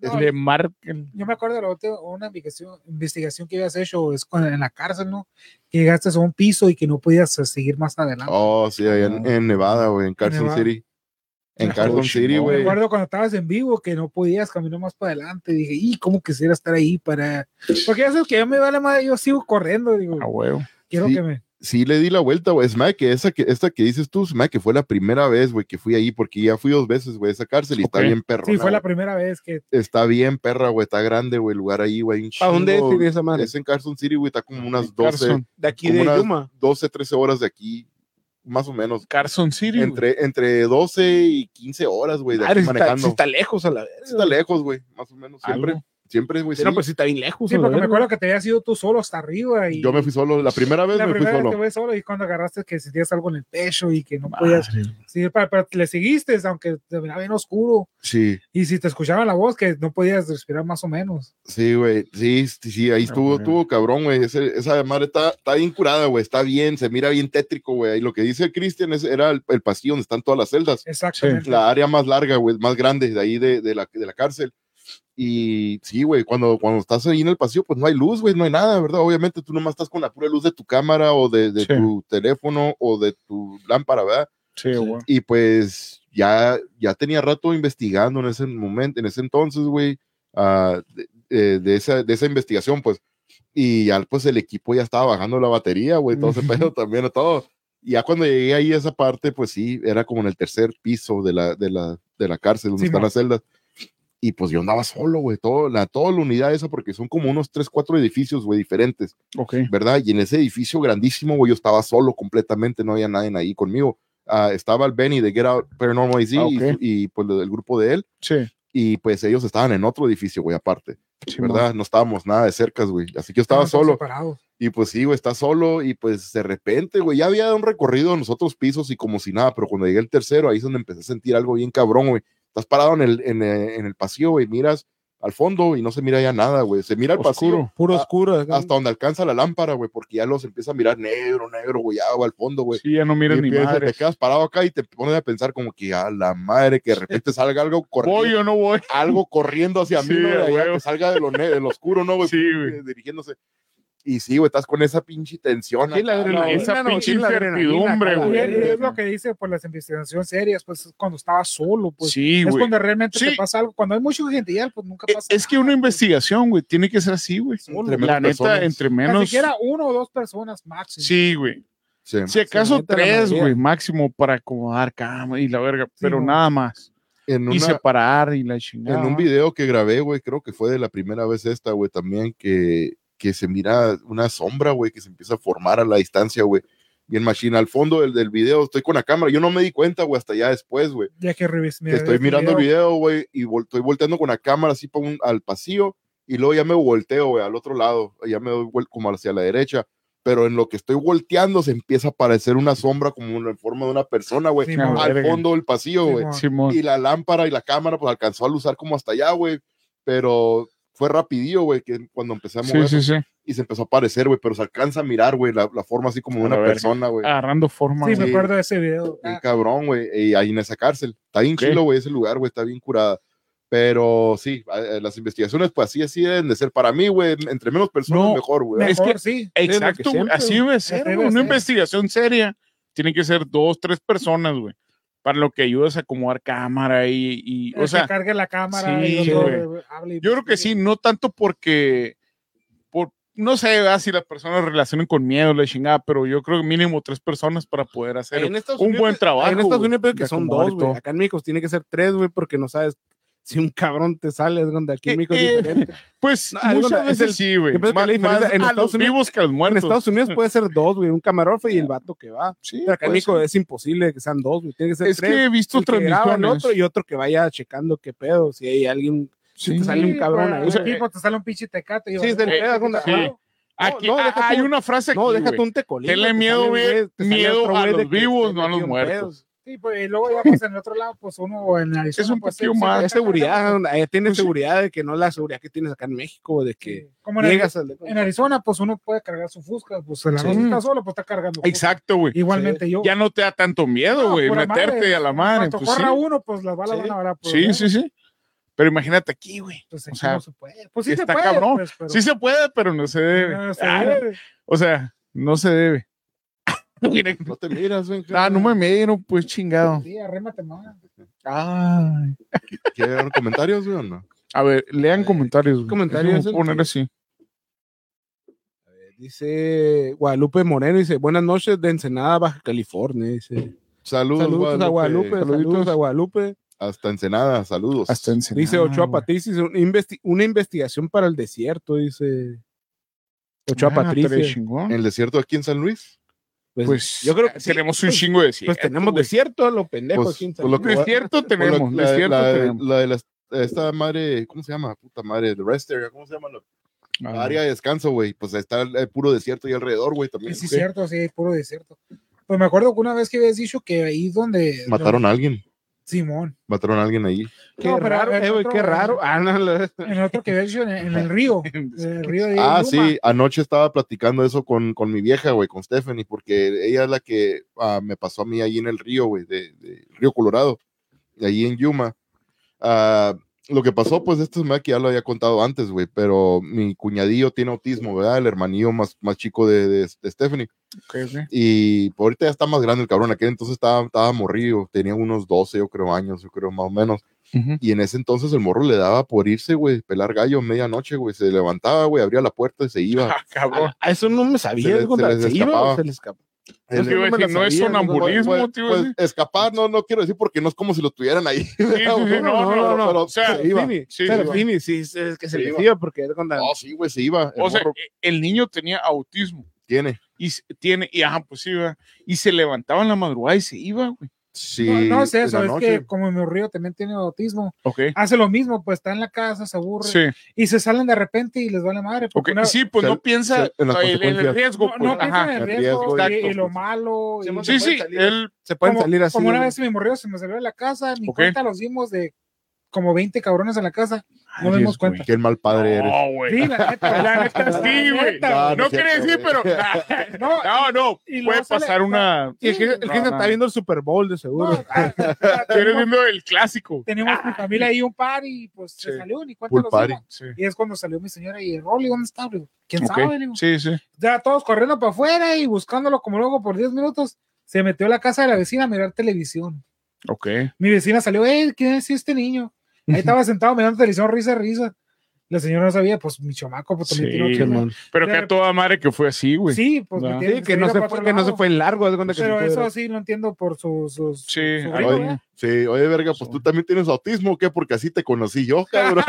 No, le marquen. yo me acuerdo de la última, una investigación, investigación que habías hecho es con- en la cárcel, ¿no? Que llegaste a un piso y que no podías eh, seguir más adelante. Oh, sí, allá en, en Nevada, güey, en Carson Nevada. City. En Ah, Carson chingón. City, Me güey. acuerdo cuando estabas en vivo que no podías caminar más para adelante. Dije, y cómo quisiera estar ahí para. Porque ya sabes que yo me vale madre, yo sigo corriendo. Digo, Ah, A huevo. quiero sí. que me. Sí, le di la vuelta, güey. Es más que esa que, esta que dices tú, es más que fue la primera vez, güey, que fui ahí, porque ya fui dos veces, güey, a esa cárcel y está Ok. bien perro. Sí, fue la primera vez que. Está bien perra, güey, está grande, güey, el lugar ahí, güey. hay un ¿Para dónde chingo. es tiene esa madre? Es en Carson City, güey, está como unas 12, Carson, De aquí como de unas Yuma. 12, 13 horas de aquí, más o menos. Carson City. güey. Entre, entre 12 y 15 horas, güey, de Madre, aquí si Ah, está, si manejando. está lejos a la verga. está lejos, güey, más o menos siempre. Algo. siempre, güey. No, sí. pues sí está bien lejos. Sí, a la porque me verga. acuerdo que te habías ido tú solo hasta arriba y Yo me fui solo, la primera vez la me primera fui vez solo. te fue solo y cuando agarraste que sentías algo en el pecho y que no podías Madre. seguir, para, pero le seguiste, aunque te miraba bien oscuro. Sí, Y si te escuchaba la voz, que no podías respirar más o menos. sí, güey. Sí, sí, sí, ahí estuvo, bueno. estuvo cabrón, güey. Ese- Esa madre está, está bien curada, güey. Está bien, se mira bien tétrico, güey. Y lo que dice Cristian es- era el, el pasillo donde están todas las celdas. Exactamente. La área más larga, güey, más grande de ahí de, de la, de la cárcel. Y sí, güey, cuando, cuando estás ahí en el pasillo, pues no hay luz, güey, no hay nada, ¿verdad? Obviamente tú nomás estás con la pura luz de tu cámara o de, de Sí. tu teléfono o de tu lámpara, ¿verdad? Sí, güey. y pues ya, ya tenía rato investigando en ese momento, en ese entonces, güey, ah, de, eh, de esa, de esa investigación, pues, y ya pues el equipo ya estaba bajando la batería, güey, todo ese pedo también, todo. Y ya cuando llegué ahí a esa parte, pues sí, era como en el tercer piso de la, de la, de la cárcel, donde Sí, están mo. las celdas. Y pues yo andaba solo, güey, todo, la, toda la unidad esa, porque son como unos tres, cuatro edificios, güey, diferentes. Ok. ¿verdad? Y en ese edificio grandísimo, güey, yo estaba solo completamente, no había nadie ahí conmigo. Ah, estaba el Benny de Get Out Paranormal AZ Ah, y ok. su- y, pues el grupo de él, Sí. y pues ellos estaban en otro edificio, güey, aparte, sí, Ah, ¿verdad? No estábamos nada de cerca, güey, así que yo estaba Estaban solo, todos separados. y pues sí, güey, está solo, y pues de repente, güey, ya había un recorrido en los otros pisos y como si nada, pero cuando llegué al tercero, ahí es donde empecé a sentir algo bien cabrón, güey. Estás parado en el, en, el- en el pasillo, güey, miras al fondo y no se mira ya nada, güey, se mira el pasillo Oscuro. Puro Ah, oscuro. acá. hasta donde alcanza la lámpara, güey, porque ya los empieza a mirar negro, negro, güey, ya güey, al fondo, güey. Sí, ya no Y miran ni empiezas- madre. te quedas parado acá y te pones a pensar como que a la madre, que de repente salga algo ¿Voy corriendo, o no voy? algo corriendo hacia Sí, mí, ¿no? De a allá, huevo. que salga de lo, ne- de lo oscuro, ¿no, güey? Sí, güey. Eh, Dirigiéndose. Y sí, güey, estás con esa pinche tensión. Sí, la acá, adrenalina, güey. esa no, pinche sí, la incertidumbre, adrenalina, Y es- y güey. es lo que dice por las investigaciones serias, pues cuando estaba solo, pues. Sí, es güey. cuando realmente Sí. te pasa algo. Cuando hay mucho gente ya, pues nunca Es- pasa. Es que una nada, investigación, güey, tiene que ser así, güey. Solo. La neta, Personas. entre pues. Tan menos. siquiera una o dos personas máximo. Sí, güey. Sí. Si acaso neta, la tres, mayoría. güey, máximo para acomodar cama y la verga, pero mo. nada más. En, Y una- separar y la en chingada. un video que grabé, güey, creo que fue de la primera vez esta, güey, también que, que se mira una sombra, güey, que se empieza a formar a la distancia, güey. Bien machine, al fondo del, del video estoy con la cámara, yo no me di cuenta, güey, hasta ya después, güey. Ya que revis- que estoy este mirando el video, güey, y vol- estoy volteando con la cámara así pa' un- al pasillo, y luego ya me volteo, güey, al otro lado, ya me doy vuel- como hacia la derecha, pero en lo que estoy volteando se empieza a aparecer una sombra como en forma de una persona, güey, Sí, Ah, mo. al verga. fondo del pasillo, Sí, güey. mo. Simón. Y la lámpara y la cámara, pues alcanzó a luzar como hasta allá, güey, pero fue rapidillo, güey, que cuando empecé a Sí, mover, sí, sí. y se empezó a aparecer, güey, pero se alcanza a mirar, güey, la, la forma así como de A Ah. la una verga. persona, güey. Agarrando forma. Sí, güey. me acuerdo de ese video. Bien Ah, cabrón, güey. Y ahí en esa cárcel. Está bien Ok. chilo, güey, ese lugar, güey. Está bien curada. Pero sí, eh, las investigaciones, pues así, así deben de ser. Para mí, güey, entre menos personas, No. mejor, güey. Es Mejor, que- sí. Es lo que Exacto, güey. siempre, Así debe ser, debe güey. Una ser. investigación seria. Tiene que ser dos, tres personas, güey. Para lo que ayudas a acomodar cámara y. y- o El sea, que cargue la cámara. sí, y otro, güey. eh, hable y- yo creo que sí, no tanto porque. Por, no sé ¿verdad? si las personas relacionan con miedo, la chingada, pero yo creo que mínimo tres personas para poder hacer Ahí en Estados un Unidos- buen trabajo. ahí En Estados güey, Unidos creo de que son acomodar y dos, güey. todo. Acá en México tiene que ser tres, güey, porque no sabes si un cabrón te sale, es donde aquí Eh, en México es eh, diferente. Pues No, algo muchas de- es veces sí, güey. yo pienso que Más- la diferencia más en a Estados los Unidos- vivos que a los En muertos. Estados Unidos puede ser dos, güey, un camarógrafo y el vato que va. Sí, Pero acá en puede México ser. es imposible que sean dos, güey. Tiene que ser Es tres. que he visto el que graba el transmisiones. otro y otro que vaya checando qué pedo, si hay alguien. Sí. te sale un cabrón güey, ahí, al o sea, equipo te sale un pinche tecate. y Sí, es del vale, pedo, ¿qué alguna- te sale? Sí. Aquí no, ah, deja hay tú- una frase No, aquí, déjate güey. un tecolín. Tenle güey, miedo, sale un güey, güey, te sale miedo otro a güey los de que vivos, esté no a los metido en muertos. pedos. Sí, pues, y luego ya pues en el otro lado, pues uno en Arizona, Es un pues, poquillo sí, sí, más. sí, Es seguridad, ahí tienes Pues sí. seguridad de que no es la seguridad que tienes acá en México, de sí. que Como en, llegas al. en Arizona, pues uno puede cargar su fusca, pues en la Sí. noche está solo, pues está cargando. fusca. Exacto, güey. Igualmente yo. Ya no te da tanto miedo, No, güey, pura madre, meterte a la madre. Cuando Pues, sí. corra uno, pues las balas Sí. van a hablar. por sí, él. sí, sí. Pero imagínate aquí, güey. Pues, O aquí sea, no se puede. Pues sí está se puede, cabrón. pues, pero- Sí se puede, pero no se debe. No se Ah, debe. O sea, no se debe. Mira, No te miras, güey. ah, no me dieron, pues chingado. Sí, arrémate más. Ay. ¿Quieren comentarios, güey, o no? A ver, lean comentarios. güey. comentarios, Eso lo voy a el poner que- así. Dice Guadalupe Moreno, dice, buenas noches de Ensenada, Baja California. Dice, Saludos, saludos a Guadalupe, saludos Saluditos. a Guadalupe. Hasta Ensenada, saludos. Hasta Ensenada, Dice Ochoa güey. Patricia, dice, "Un investi- una investigación para el desierto, dice Ochoa Ah, estaría Patricia. chingón. En el desierto aquí en San Luis. Pues, Pues yo creo que sí, tenemos un pues, chingo de pues tenemos desierto, lo pendejo. Pues, aquí en San pues lo Luis. que- Desierto Por lo- tenemos, la, desierto la- tenemos. la de las- esta madre, ¿cómo se llama? Puta madre, the rest area, ¿cómo se llama? La Ah. la área de descanso, güey. Pues está el, el puro desierto y alrededor, güey, también. Sí, sí, ¿ok? cierto, sí, puro desierto. Pues me acuerdo que una vez que habías dicho que ahí donde. Mataron a alguien, Simón. mataron a alguien ahí. Qué No, pero raro, el eh, güey, otro- qué raro. Ah, no, lo- En el otro que habías dicho en, el- en el río. En el río de. Ah, Yuma. sí, anoche estaba platicando eso con, con mi vieja, güey, con Stephanie, porque ella es la que ah, me pasó a mí ahí en el río, güey, de, de Río Colorado, de ahí en Yuma. Ah, lo que pasó, pues, esto es que ya lo había contado antes, güey, pero mi cuñadillo tiene autismo, ¿verdad? El hermanillo más, más chico de, de- de Stephanie. Ok, ok. Y pues, ahorita ya está más grande el cabrón, aquel entonces estaba, estaba morrido, tenía unos 12, yo creo, años, yo creo, más o menos. Y en ese entonces el morro le daba por irse, güey, pelar gallo medianoche, güey. Se levantaba, güey, abría la puerta y se iba. Ah, cabrón. Ah, eso no me sabía. Se le- güey, se les se iba o escapaba. se le escapó. Yo te El- iba a no me la decir, no es sabía, no, pues, no, sonambulismo, pues, te iba a pues, decir. escapar, no, no quiero decir porque no es como si lo tuvieran ahí. Sí, sí, sí, no, no, no, no. O sea, se iba. Fini, Sí, pero sí, Fini, sí, sí, es que se Sí, les iba. iba porque era cuando- No, sí, güey, se iba. El o sea, morro eh, el niño tenía autismo tiene. y s- tiene, y ajá, pues sí, ¿verdad? y se levantaba en la madrugada y se iba, güey. Sí, No, no es en eso, la es noche. que como mi río también tiene autismo, Ok. hace lo mismo, pues está en la casa, se aburre Sí, y se salen de repente y les va la madre. ok. porque una- sí, pues se- no piensa se- en las en, en el consecuencias. riesgo. no, pues, no piensan ajá. en el el riesgo, riesgo, y- y, exacto, lo pues. malo. y- no Sí, se sí, puede salir. él, Se pueden como- salir así. Como una güey. vez me morrió, se me salió de la casa, ni Ok. cuenta los dimos de como 20 cabrones en la casa. No nos dimos Dios, cuenta. Qué mal padre eres. No, güey. Ah, Sí, la neta, la Sí, neta, la güey. neta, No, No, no es quiere cierto, decir, pero. ah, güey. No, No, no. y luego Puede sale- pasar una. Y el que, el que No, se no. está viendo el Super Bowl, de no, seguro. ah, ah, Estoy tenemos- viendo el clásico. Tenemos mi familia ahí un par y pues se Ah, Sí. salió, ni cuenta Full los party. dimos. Sí. Y es cuando salió mi señora y Rolly, ¿dónde está? Le digo, ¿Quién Ok. sabe? Le digo. Sí, sí. Ya todos corriendo para afuera y buscándolo como luego por 10 minutos. Se metió a la casa de la vecina a mirar televisión. Ok. Mi vecina salió, eh, ¿quién es este niño? Ahí estaba sentado mirando televisión, risa, risa. La señora no sabía, pues mi chamaco, pues también Sí, tiene ocho años. Pero que De a toda madre que fue así, güey. Sí, pues me Ah. tiene Sí, que no ir a se para fue, otro que no lado. se fue en largo. haz de cuenta que Pero se fue eso de- sí lo entiendo por sus. sus Sí, sus ahí- hijos, ¿verdad? Sí, oye, verga, pues tú también tienes autismo, ¿o ¿qué? Porque así te conocí yo, cabrón.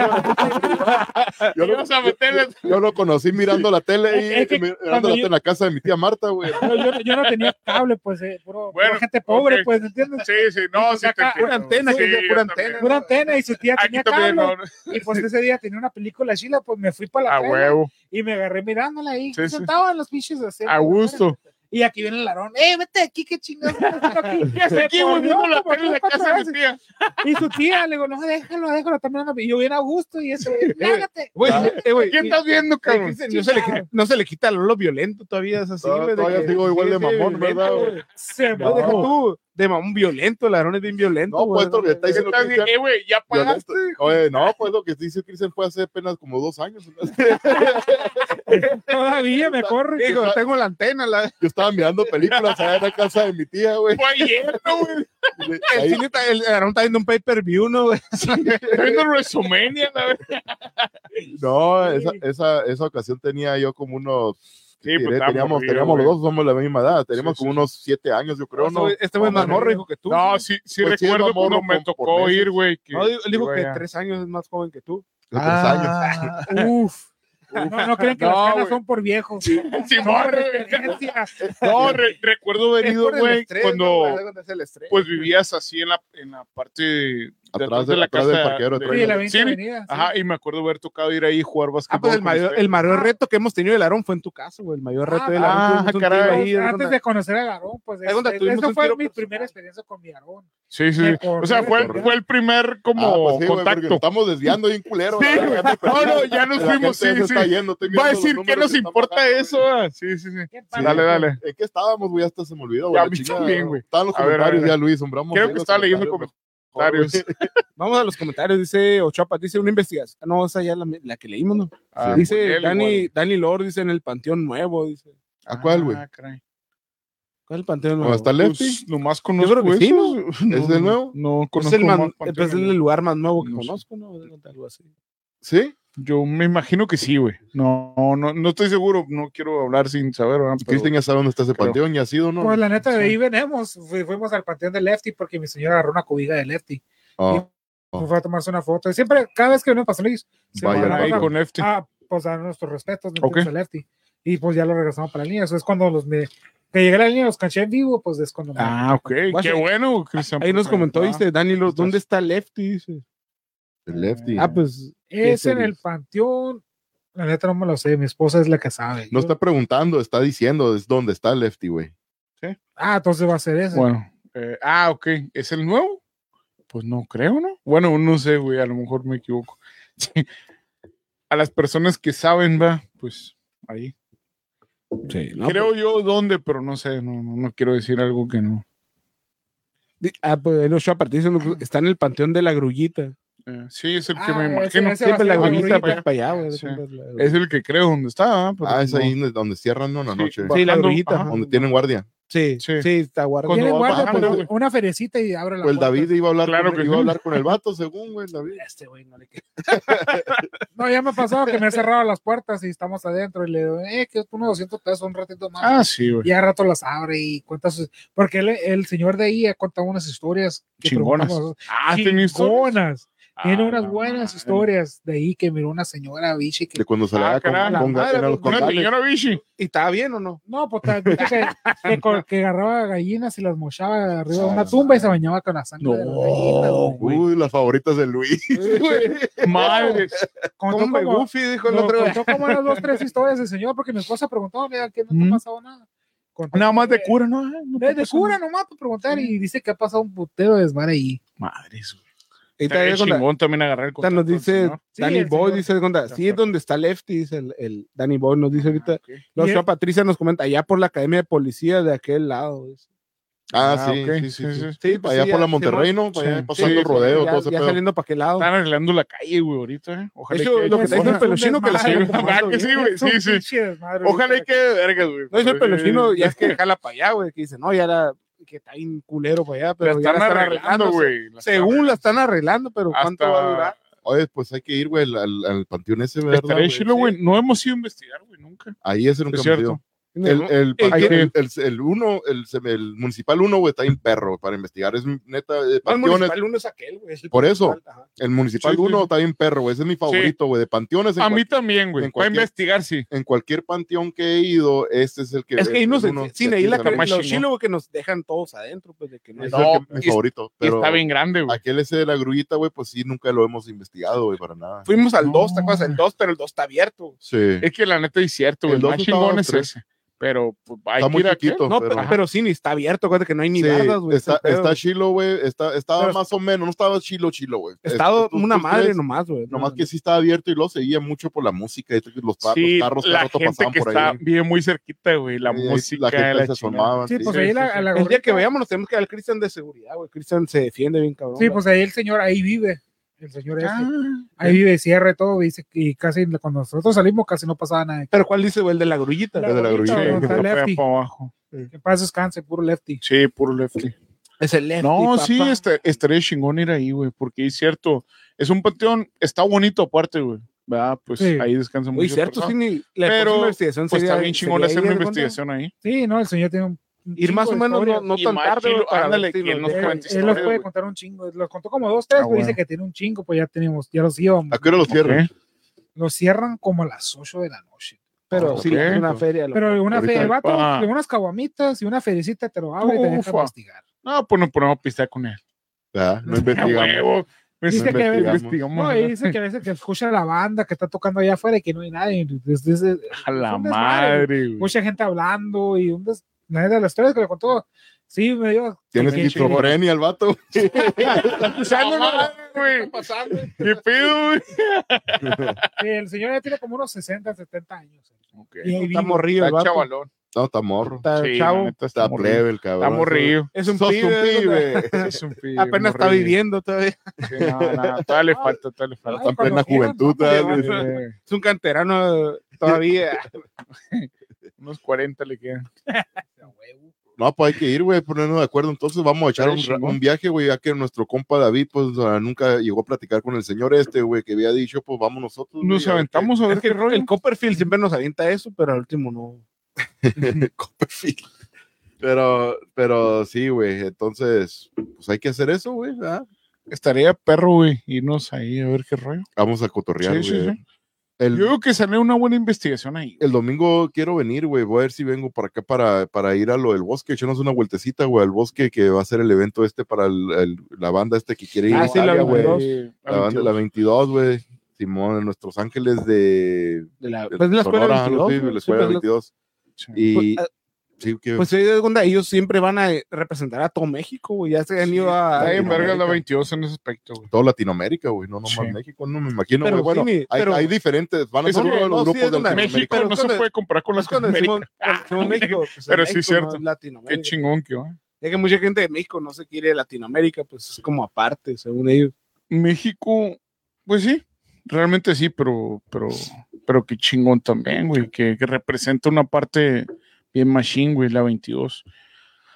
yo, lo, Ibas a meterle- yo lo conocí mirando la tele y Es que mirando la cuando tele yo- en la casa de mi tía Marta, güey. Yo, yo- yo no tenía cable, pues, eh, puro- pura Bueno, gente pobre, ok. pues, ¿entiendes? Sí, sí, no, sí. te Acá, entiendo. una antena, Sí, que sea yo pura también. antena. Pura antena y su tía Aquí tenía también, cable. no, no. Y pues ese día tenía una película chila, pues me fui para la a playa huevo, y me agarré mirándola ahí. Sí, sí. Sentado en los pinches de acero, a gusto. Y aquí viene el larón. ¡Eh, vete de aquí, qué chingados! estás haciendo aquí?" ¿Qué hace aquí, güey? Por Dios, Viendo la como tele en la tres, cuatro casa de mi veces. tía. Y su tía le digo, no, déjalo, déjalo, está mirando. Y yo bien a gusto y eso, lárgate. Güey, eh, güey, ¿Qué y- estás viendo, y- cabrón? no, se le, quita- no se le quita lo, lo violento todavía, es así, No, güey, de todavía que- sigo igual de sí, sí, mamón, violento, ¿verdad, güey? güey? Se No, deja mamó. tú, de mamón violento, el ladrón es bien violento. No, güey, pues, esto que está ¿Qué diciendo estás viendo? Cristian, Eh, güey, ya pagaste. Violento. Oye, no, pues lo que dice Cristian fue hace apenas como dos años. Todavía me corre. Digo, tengo la antena, la- Yo estaba mirando películas allá en la casa de mi tía, güey. Fue ayer, ¿eh? ¿no, güey. De- el ahí- cine está, el Aaron está viendo un pay per view, ¿no, güey? Estoy viendo WrestleMania, la verdad. No, esa, esa, esa ocasión tenía yo como unos. Sí, pues, diré, está teníamos morrido, teníamos los güey. dos, somos la misma edad. Teníamos Sí, como unos siete años, yo creo, Este ¿no? güey- este güey es más Vamos, morro, dijo que tú. No, sí, sí Pues sí, recuerdo era cuando morro me por- por tocó meses. ir, güey. que- No, dijo, él dijo que que vaya. tres años es más joven que tú. De tres años. Uf. No, no creen que No, las canas güey. son por viejos. Sí, No, morro, güey. referencia. No, re- recuerdo haber ido, güey, cuando pues vivías así en la, en la parte de, de Atrás de- atrás del parqueadero, atrás Sí, de la sí, 20 avenida. sí. Ajá, y me acuerdo haber tocado ir ahí a jugar Ah, básquetbol. pues el con mayor, ustedes. el mayor reto que hemos tenido del Aaron fue en tu caso, güey. El mayor reto Ah, del Aaron. ah, tuvimos un tiro caray. ahí, haz de Antes cuenta. de conocer a Garón, pues Ahí donde es- tuvimos esa un fue tiro mi personal. primera experiencia con mi Garón. pues. Sí, sí. Me O sea, fue, corrieron, corrieron. fue el primer como Ah, pues sí, güey, porque nos contacto. estamos desviando bien culero. Sí, la güey. verdad, No, no, ya nos la gente fuimos, sí, se sí. está yendo, estoy Va viendo a los decir, ¿qué números nos que están importa bajando, eso? güey. ah? Sí, sí, sí. Qué Sí, padre. Dale, dale. ¿En qué estábamos, güey? Hasta se me olvidó, güey. Ya, la a mí chingada, también, güey. Estaban los A ver, a comentarios, ver. ya Luis, sombramos. Creo ahí que los estaba leyendo güey. comentarios. Vamos a los comentarios, dice Ochoapa, dice una investigación. Ah, No, esa ya la, la que leímos, ¿no? Ah, dice Miguel, Dani, igual. Dani Lord, dice en el Panteón Nuevo, dice. ¿A cuál, güey? Ah, caray. ¿Cuál es el Panteón Nuevo? ¿Dónde está Lefty? Pues, nomás Yo conozco creo que sí, esos. ¿no? ¿Es de nuevo? No, Es conozco el, man- más pues, panteones. es el lugar más nuevo que No sé. conozco, ¿no? Haz de cuenta, Algo así. ¿Sí? Yo me imagino que sí, güey. No, no, no estoy seguro. No quiero hablar sin saber, ¿verdad? Pero- Cristian ya sabe dónde está ese Creo. panteón y ha sido, ¿no? Pues la neta, de ahí venimos. Fu- Fuimos al panteón de Lefty porque mi señora agarró una cobija de Lefty. Ah, Oh. Nos Pues, fue a tomarse una foto. Y siempre, cada vez que venimos pasando ellos, se Vaya, van Ahí a con Lefty. Ah, pues dar nuestros respetos, Ok. metimos a Lefty. Y pues ya lo regresamos para la línea. Eso es cuando los me- que llegué a la línea los canché en vivo, pues es cuando me- Ah, ok. Guache, Qué bueno, Cristian. Ahí nos porque- comentó, ah, dice Dani Lord, estás- ¿dónde está Lefty? Dice. El lefty. Ah, pues Es ¿Qué en el series? panteón. La neta no me lo sé, mi esposa es la que sabe. no está preguntando, está diciendo es dónde está el lefty, güey. Ah, entonces va a ser ese. Bueno, eh, ah, ok. ¿Es el nuevo? Pues no creo, ¿no? Bueno, no sé, güey, a lo mejor me equivoco. A las personas que saben, va, pues ahí. sí, no, creo yo dónde, pero no sé, no, no, no quiero decir algo que no. pues, di- ah, pues los show partir está en el panteón de la grullita. Eh, sí, es el que Ah, me ese- imagino. ese va a Siempre ser la la grullita grullita. para allá, güey. Sí. siempre es la grullita. Es el que creo donde está, ¿ah? Pero Ah, es no. ahí donde cierran ¿no? en la noche. Sí, la grullita. ajá. Donde tienen guardia. Pues Sí, sí, Sí. está guardado. Con- Tiene cuando va guardia, bajando, pues, güey. una ferecita y abre la Pues el puerta. David iba a hablar, Claro con, que iba a sí. hablar con el vato, según, güey, el David. Este güey no le queda. No, ya me ha pasado que me he cerrado las puertas y estamos adentro y le digo, eh, que es unos 200 pesos un ratito más. Ah, sí, güey. y al rato las abre y cuenta sus. Porque él- el señor de ahí ha contado unas historias que Chingonas. preguntamos, Ah, tenía historias. chingonas. oh, Tiene Ah, unas la buenas madre. historias de ahí que miró una señora biche que. De cuando se le Ah, haga con, caray. con- La madre, eran los Una condales. señora Vichy. ¿Y estaba bien o no? No, pues tal- dice que, que, co- que agarraba gallinas y las mochaba arriba de una Ah, tumba y se bañaba con la sangre de las gallinas. No, güey. Uy, las favoritas de Luis. Madre. Contó Como el como- Goofy dijo el No, otro. contó como unas dos, tres historias del señor, porque mi esposa preguntó, mira, que no te Mm. ha pasado nada. Contó Nada más de que- cura, pues, ¿no? Ay, no te De, de pasa cura nomás por preguntar, y dice que ha pasado un putero de desmar ahí. nada. Madres, güey. Y Está todavía bien con la- chingón también agarrar el ahorita nos contacto del dice señor. Sí, Danny el Boy, señor. dice "Onda, sí es donde está Lefty, dice el, el Danny Boy, nos dice ahorita. Ah, ok. La Y señora el- Patricia nos comenta, allá por la Academia de Policía de aquel lado. dice. Ah, Ah, sí, ok, sí, sí, sí. Sí, Para allá por la Monterrey, Monterrey ¿no? Para allá Sí. pasando Sí, el rodeo, ya, todo ese ya pedo. saliendo para qué lado. Están arreglando la calle, güey, ahorita, ¿eh? Ojalá Eso que es lo que haya te dice el forma. peluchino que la Sí, desmadre, sigue güey, como ¿verdad tomando, que güey. sí, güey, Es un sí, sí. pinche desmadre, Ojalá güey. y que vergas, güey. No dice el porque- peluchino, ya es que jala para allá, güey, que dice, no, ya era, que está bien culero para allá, La pero ya están la están arreglando, güey. La están- Según la están arreglando, pero ¿cuánto Hasta- va a durar? Oye, pues hay que ir, güey, al, al- al panteón ese, ¿verdad? Estaría güey? chilo, güey. No hemos ido a investigar, güey, nunca. Ahí ese nunca Es me ha sido. cierto. El, el, Ey, panteón, que- el, el- el uno, el, se- el municipal uno, güey, está bien perro para investigar. Es neta, Ah, eh, No, el panteones. municipal uno es aquel, güey. es el Por eso. principal, ajá. El municipal Sí, sí, uno sí. está bien perro, güey. Ese es mi favorito, güey, de panteones. En, A cual- mí también, en güey. Para cualquier- investigar, sí. en cualquier panteón que he ido, este es el que. Es que ahí el nos, uno sin de ahí aquí se la también. cabeza, llama. más los chingón. chilos que nos dejan todos adentro, pues de que no hay- Es No, el que- mi y- favorito. Y Pero está bien grande, güey. aquel ese de la grullita, güey, pues sí, nunca lo hemos investigado, güey, para nada. Fuimos al 2, ¿te No. acuerdas? El 2, pero el 2 está abierto. Sí. Es que la neta es cierto, güey. El El dos más estaba chingón es tres. ese. Pero pues, hay Está que muy ir a aquel. chiquito, No, pero. pero, pero sí, ni está abierto, acuérdate que no hay ni bardas, güey. está, ese pedo. está chilo, güey. Está, estaba Pero- más o menos, no estaba chilo, chilo, güey. Estaba Estos- una estos madre tres, nomás, güey. Nomás que sí estaba abierto y lo seguía mucho por la música. y Los, pa- Sí, los carros la rato gente pasaban que por está ahí. bien muy cerquita, güey. La Sí, ahí música, gente la se chingada. asomaba. Sí, sí. pues Sí, ahí sí, la, sí. a la El día que gorrita- vayamos nos tenemos que dar al Cristian de seguridad, güey. Cristian se defiende bien, cabrón. Sí, güey. pues ahí el señor, ahí vive. El señor ese. Ah. Ahí vive, cierra y todo. Dice, y casi cuando nosotros salimos, casi no pasaba nada. Pero ¿cuál dice, güey? El de la grullita. La- de gorrita, grulla. Sí, no, donde está está lefty. para abajo. Que paz descanse, puro lefty. Sí, puro lefty. Es el lefty, No, papá. sí, este, estaría chingón ir ahí, güey, porque es cierto, es un panteón, está bonito aparte, güey. ¿Verdad? Pues Sí. ahí descansa Muy mucho. cierto, sí, ni la Pero, próxima investigación Pues está sería- bien chingón hacer sería una ir, ¿no? investigación ahí. Sí, no, el señor tiene un. un Ir más o chingo de menos, no, historias. no Y tan más tarde, güey, chilo, para ándale, ver si que nos nos dejan. Él, cuenta él nos puede historias, contar un chingo, los contó como dos, tres, Ah, pero dice bueno. que tiene un chingo, pues ya tenemos, ya los íbamos. ¿A qué hora los cierran? Ok. Los cierran como a las 8 de la noche. Pero Ok. sí, es una feria. lo- Pero una Ahorita fe, el el vato, pa- de unas caguamitas y una ferecita te lo abre y te deja Ufa. investigar. No, pues nos ponemos a pistear con él. Ah, No A investigamos. huevo. Pues, Dice que- investigamos. No, y dice que a veces que escucha la banda que está tocando allá afuera y que no hay nadie. Desde, desde- A la un desmadre, madre, güey. mucha gente hablando y un des- la neta, las historias que le contó, sí, me dio. Tienes que esquizofrenia el vato. Usando, no, güey. ¿Qué pedo, güey? El señor ya tiene como unos 60, 70 años. Okay. Está morrido el Está vato. chavalón. No, está morro. Está Sí, la chavo. neta, Está morrido. plebe el cabrón. Está morrido. Es un Sos pibe. ¿no? pibe. Es un pibe, Apenas está morrillo. viviendo todavía. Sí, no, no, todavía le falta, todavía le Está falta. en plena cuando quieras, juventud. papá, ¿verdad? llévame. Eh, Es un canterano todavía. Unos 40 le quedan. No, pues hay que ir, güey, ponernos de acuerdo. Entonces vamos a echar un, Estaría ra- un chingón. viaje, güey, ya que nuestro compa David, pues ah, nunca llegó a platicar con el señor este, güey, que había dicho, pues vamos nosotros. güey, Nos a ver aventamos a ver Es que qué rollo. el Copperfield siempre nos avienta eso, pero al último no. qué- Copperfield. Pero, pero sí, güey, entonces, pues hay que hacer eso, güey, ¿verdad? Estaría perro, güey, irnos ahí a ver qué rollo. Vamos a cotorrear, Sí, güey. sí, sí. El, Yo creo que salió una buena investigación ahí. el domingo quiero venir, güey. Voy a ver si vengo para acá para, para ir a lo del bosque. Echarnos una vueltecita, güey, al bosque que va a ser el evento este para el- el- la banda este que quiere ir. Ah, a sí, la Italia, güey. 22. La banda la 22, güey. Simón, en Nuestros Ángeles de. De la, de pues de la escuela Sonora, ¿no? 22, Sí, de güey. la Sí, escuela pues, la- 22. Sí. Y. Pues, sí, que- Pues ellos, onda, ellos siempre van a representar a todo México, güey. Ya se han ido a. está Ahí Ah, en verga la Latinoamérica. 22 en ese aspecto, güey. todo Latinoamérica, güey, no nomás Sí. México, no me imagino, Pero güey. Bueno, sí, mi- hay, pero- hay diferentes, van a Es ser uno que de los no, sí, grupos es de una- Latinoamérica. México Pero no se cuando- puede comparar con las Es cuando decimos, ah, somos México, pues, Pero en sí, México, cierto. no es Qué Latinoamérica. chingón que va. Ya que mucha gente de México no se quiere Latinoamérica, pues es como aparte, según ellos. México, pues sí, realmente sí, pero, pero, pero qué chingón también, güey, que, que representa una parte bien machine, güey, la 22.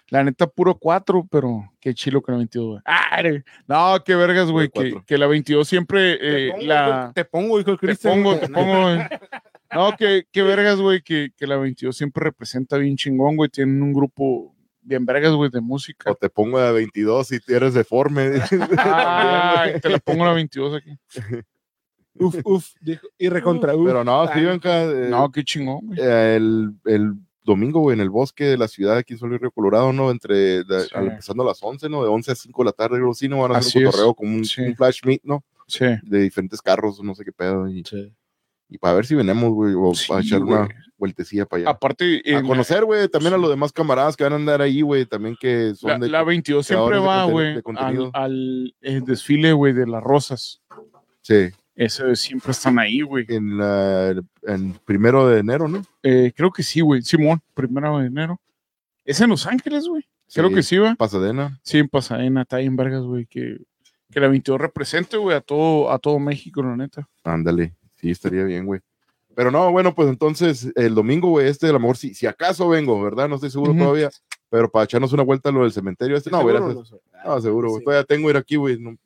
La neta, puro 4, pero qué chilo que la 22, güey. ¡Ah! No, qué vergas, güey, Puro que, cuatro. que la 22 siempre eh, te, pongo, la... te pongo, hijo de Te Cristo. pongo, te pongo, güey. No, que, que vergas, güey, que, que la 22 siempre representa bien chingón, güey. Tienen un grupo bien vergas, güey, de música. O te pongo a 22 y eres deforme. Ay, te la pongo la 22 aquí. Uf, uf, dijo, y recontra uf. Pero no, sí, venga, eh, No, qué chingón, güey. eh, el, el domingo, güey, en el bosque de la ciudad aquí en Sol y Río Colorado, ¿no? Entre, de- Sí. al- empezando a las 11, ¿no? De 11 a 5 de la tarde, algo así, ¿no? Van a hacer Así un es. correo como un, Sí. un flash meet, ¿no? Sí. De diferentes carros, no sé qué pedo. Y, y para ver si venimos, güey, o Sí, para echar güey. una vueltecilla para allá. Aparte, a en- conocer, güey, también a sí. los demás camaradas que van a andar ahí, güey, también que son la, de... la 22 siempre creadores de va, conten- güey, de al, contenido. al, eh, desfile, güey, de las rosas. sí, Ese siempre están ahí, güey. en, la- en primero de enero, ¿no? Eh, creo que sí, güey. Simón, primero de enero. Es en Los Ángeles, güey. Creo Sí, que sí, va. Pasadena. Sí, en Pasadena, está ahí en Vargas, güey, que, que la 22 represente, güey, a todo, a todo México, la neta. Ándale, sí, estaría bien, güey. Pero no, bueno, pues entonces el domingo, güey, este, a lo mejor, si, si acaso vengo, ¿verdad? No estoy seguro Ujú. todavía, pero para echarnos una vuelta a lo del cementerio este, no, Ah, ¿Seguro verás, o no? no, seguro, güey. Sí. Todavía tengo ir aquí, güey, no-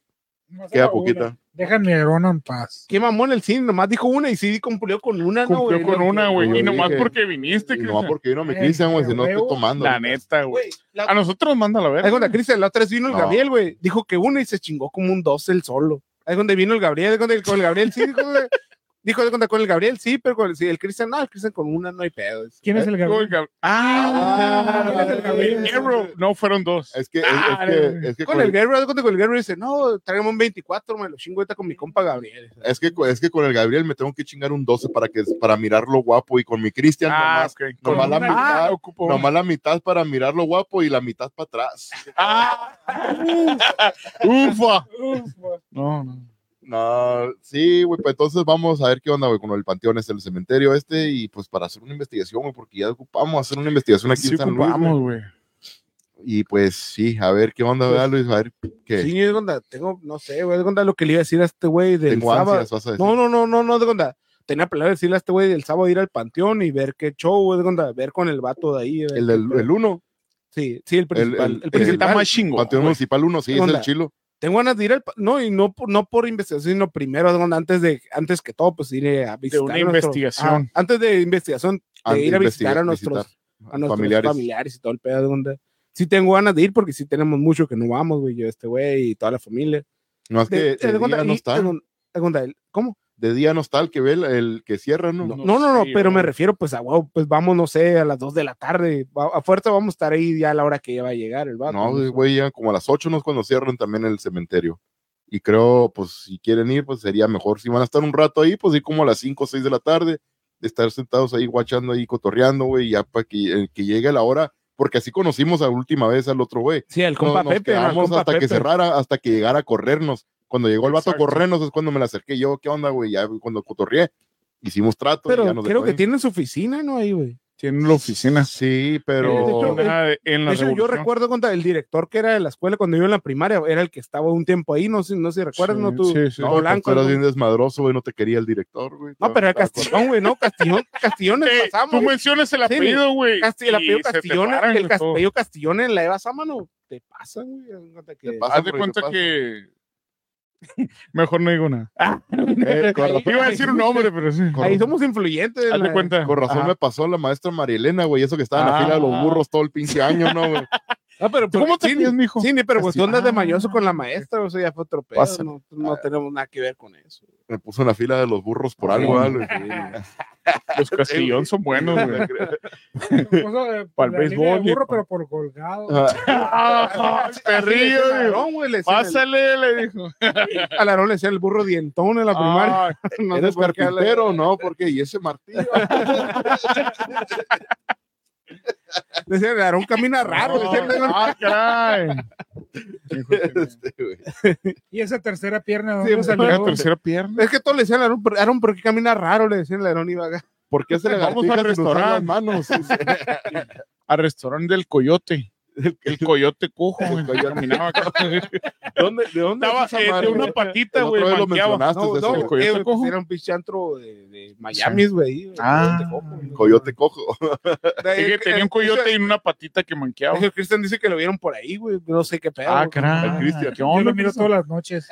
No se queda la una. poquita. Déjame a Verona en paz. Qué mamón el cine, nomás dijo una y sí cumplió con una, ¿no, Cumplió güey? con Lo una, que- güey. güey, Y nomás dije- porque viniste, Y no Cristian. porque vino mi Eh, Cristian, güey, pero si no estoy huevo, tomando. La neta, güey. Ah, Güey, la- A nosotros manda la Ahí verga. donde Cristian, la otra vez vino el No. Gabriel, güey. Dijo que una y se chingó como un 12 el solo. Ahí donde vino el Gabriel, ahí donde con el Gabriel sí. Dijo, güey. dijo ahí donde con el Gabriel sí, pero con el, sí, el Cristian, no, el Cristian con una no hay pedo. ¿Quién es el Gol, Gabriel? Gab- Ah, Ah, el Gabriel. güey. Arrow. No, fueron dos. Es que, es, Ah, es que, es que Con el Guerrero, ahí donde con el Guerrero dice, no, tráigame un 24, me lo chingo ahorita con mi compa Gabriel. Es que, es que con el Gabriel me tengo que chingar un 12 para, que, para mirarlo guapo y con mi Cristian Ah, nomás, ok. nomás la Con- mitad, Ah, ocupo una. nomás la mitad para mirarlo guapo y la mitad para atrás. Ah, ufa. Uf, pues, güey. Ah. No, no. No, sí, güey, pues entonces vamos a ver qué onda, güey, con el panteón este, el cementerio este y pues para hacer una investigación, güey, porque ya ocupamos hacer una investigación aquí Sí en San Luis. ocupamos, güey. güey. Y pues sí, a ver qué onda, ¿verdad, Luis? A ver qué. Pues, Sí, es donde tengo, no sé, güey, es donde lo que le iba a decir a este güey del Tengo sábado. ansias, vas a decir. No, no, no, no, no, de onda. Tenía planeado decirle a este güey del sábado ir al panteón y ver qué show, de onda, ver con el vato de ahí. el ver qué del pedo. el 1, Sí, sí, el principal. el- el- El, Es que está principal. más chingón. Panteón güey. Municipal 1, sí, es Onda. el chilo. Tengo ganas de ir al. pa- No, y no, por- no por investigación, sino primero, de onda, antes de antes que todo, pues ir a visitar. una a nuestro- investigación. ah, antes de investigación, de Antes ir a de visitar a investigar- nuestros, visitar a nuestros familiares. familiares. y todo el pedo, de onda. Sí, tengo ganas de ir porque sí tenemos mucho que no vamos, güey, yo, este güey y toda la familia. No, es que De- de, de- de onda, día no y- está, de onda- de onda, el- ¿Cómo? de día no está el que ve el, el que cierra, ¿no? No. No, no, no, sé, pero me güey. refiero pues a wow, pues vamos, no sé, a las 2 de la tarde. va- A fuerza vamos a estar ahí ya a la hora que ya va a llegar el vato. No, pues, sé. güey, ya como a las 8 no es cuando cierran también el cementerio. Y creo, pues, si quieren ir, pues sería mejor. Si van a estar un rato ahí, pues ir como a las 5 o 6 de la tarde, estar sentados ahí guachando ahí, cotorreando, güey, ya para que, eh, que llegue la hora, porque así conocimos la última vez al otro güey. Sí, el No, compa nos Pepe. ¿no? El quedamos compa hasta que Pepe. cerrara, hasta que llegara a corrernos. Cuando llegó el vato a Exacto. corrernos es cuando me la acerqué yo, ¿qué onda, güey? Ya cuando cotorreé, hicimos trato. y ya Pero nos creo dejó que ahí. tienen su oficina, ¿no? Ahí, güey. Tienen la oficina. Sí, De hecho, pero... eh, Una de- en la De hecho, yo revolución. recuerdo cuando el director que era de la escuela cuando yo en la primaria era el que estaba un tiempo ahí, no sé, no sé si recuerdas, Sí, ¿no? Tú, sí, sí. No, Tú blanco, tú eras ¿no? bien desmadroso, güey, no te quería el director, güey. No, pero era Castillón, güey, no, Castillón, Castillones Eh, pasamos. Tú mencionas el Sí, apellido, güey. Casti- el y apellido se te Castillones, paran, el güey, todo. apellido Castillones en la Eva Sámano, te pasan, güey. cuenta que- Te pasan. Haz de Hombre, cuenta ¿qué pasa? que. Mejor no digo nada. Eh, con razón- Iba a decir un nombre, pero sí. Correcto. Ahí somos influyentes. en Haz de la- cuenta. Con razón Ajá. me pasó la maestra Marielena, güey, eso que estaba en la Ah. fila de los burros todo el pinche año, ¿no, güey? Ah, pero ¿Tú ¿Cómo te sí, llamas, mijo? Sí, ni pero Así. pues tú andas de Ah, mañoso con la maestra, o sea, ya fue otro pedo, Ah. Pásale. no, no tenemos nada que ver con eso. me puso en la fila de los burros por algo. ¿vale? Los Castillón son buenos, güey. pues, eh, Para el béisbol, burro, viejo. pero por colgado. Ah, Perrillo, dijo. Pásale, le dijo. A la no le decía el burro dientón en la primaria. Ah, No sé ¿Eres por qué a la- carpintero no? Porque y ese martillo. Le decía, Aarón camina raro. le decía, "No, no". ah, caray. Este, güey. Y esa tercera pierna, Sí, ¿dónde pues, salió? La tercera pierna. Es que todos le decían a Aarón, "Pero, Aarón, ¿por qué camina raro? Le decían a Aarón y vaga. ¿Por qué se le Vamos al restaurante. manos? Al restaurante del Coyote. El Coyote cojo, El güey. Coyote. Caminaba acá. ¿Dónde, ¿De dónde Estaba es esa eh, de madre? Ah, una El patita, otro güey. día lo manqueaba. mencionaste. No, ese, no, güey. el coyote eh, cojo. era un pinche antro de, de Miami, güey. güey, Ah. de Coco, güey. Coyote cojo. Sí, que tenía un coyote y una patita que manqueaba. Cristian Christian dice que lo vieron por ahí, güey. No sé qué pedo. Ah, güey. caray. el Cristian. ¿Qué Yo onda, lo miro Cristian? todas las noches.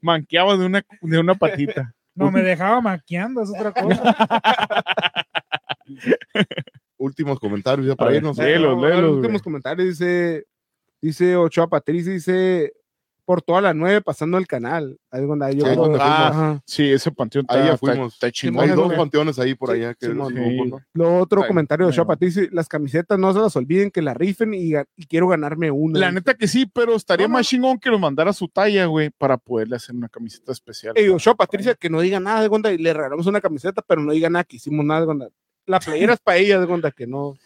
Manqueaba de una, de una patita. No, me dejaba maqueando, es otra cosa. Últimos comentarios ya A para ver, irnos. léelo. Bueno, a ver, léelos, Los últimos güey. comentarios dice, dice Ochoa Patricia, dice por toda la nueve pasando el canal. Ahí donde yo Sí, ahí creo- ah, donde fuimos. Ajá. Sí, ese panteón Ahí está, ya está, fuimos. está Hay chingón. Simón, dos güey. panteones ahí por Sí, allá que Simón, sí. sí. Lo otro Está- comentario de Ochoa bueno. Patricia, las camisetas no se las olviden que la rifen y, ga- y quiero ganarme una. La neta que sí, pero estaría No, no. más chingón que lo mandara a su talla, güey, para poderle hacer una camiseta especial. Y Ochoa Patricia que no diga nada de Gonda y le regalamos una camiseta, pero no diga nada que hicimos nada de Gonda. La playera es para ella de Gonda que no.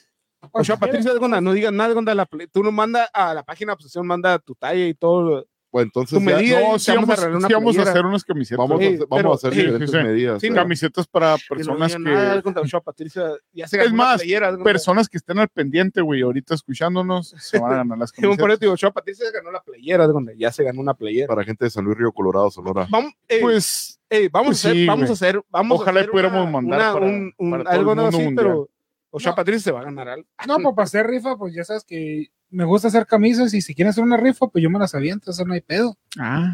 Ochoa Patricia de Gonda, no diga nada de Gonda. La play- tú no manda a la página de obsesión, manda tu talla y todo. Pues entonces Tu ya medida. No, y sí te vamos vamos, a regalar una sí vamos a playera. hacer unas camisetas. vamos, Sí, a, vamos a hacer pero- sí, diferentes sí, sí. medidas. Sí, ¿eh? cami- Camisetas para Que no personas diga que, nada de Gonda. Ochoa Patricia ya se Es ganó una más, playera de Gonda. personas que estén al pendiente, güey, ahorita escuchándonos, se van a ganar las Simón, por camisetas. eso te digo, Ochoa Patricia se ganó la playera de Gonda. Ya se ganó una playera. Para gente de San Luis Río Colorado, Sonora. Vamos, eh, Pues Ey, vamos Pues a hacer, sí, vamos güey. a hacer, vamos Ojalá a hacer pudiéramos mandar para- un, un- para todo algo el mundo así, mundial. pero o sea, No. Patricia se va a ganar algo. No, pues para hacer rifa, pues ya sabes que me gusta hacer camisas y si quieren hacer una rifa, pues yo me las aviento, eso no hay pedo. Ah,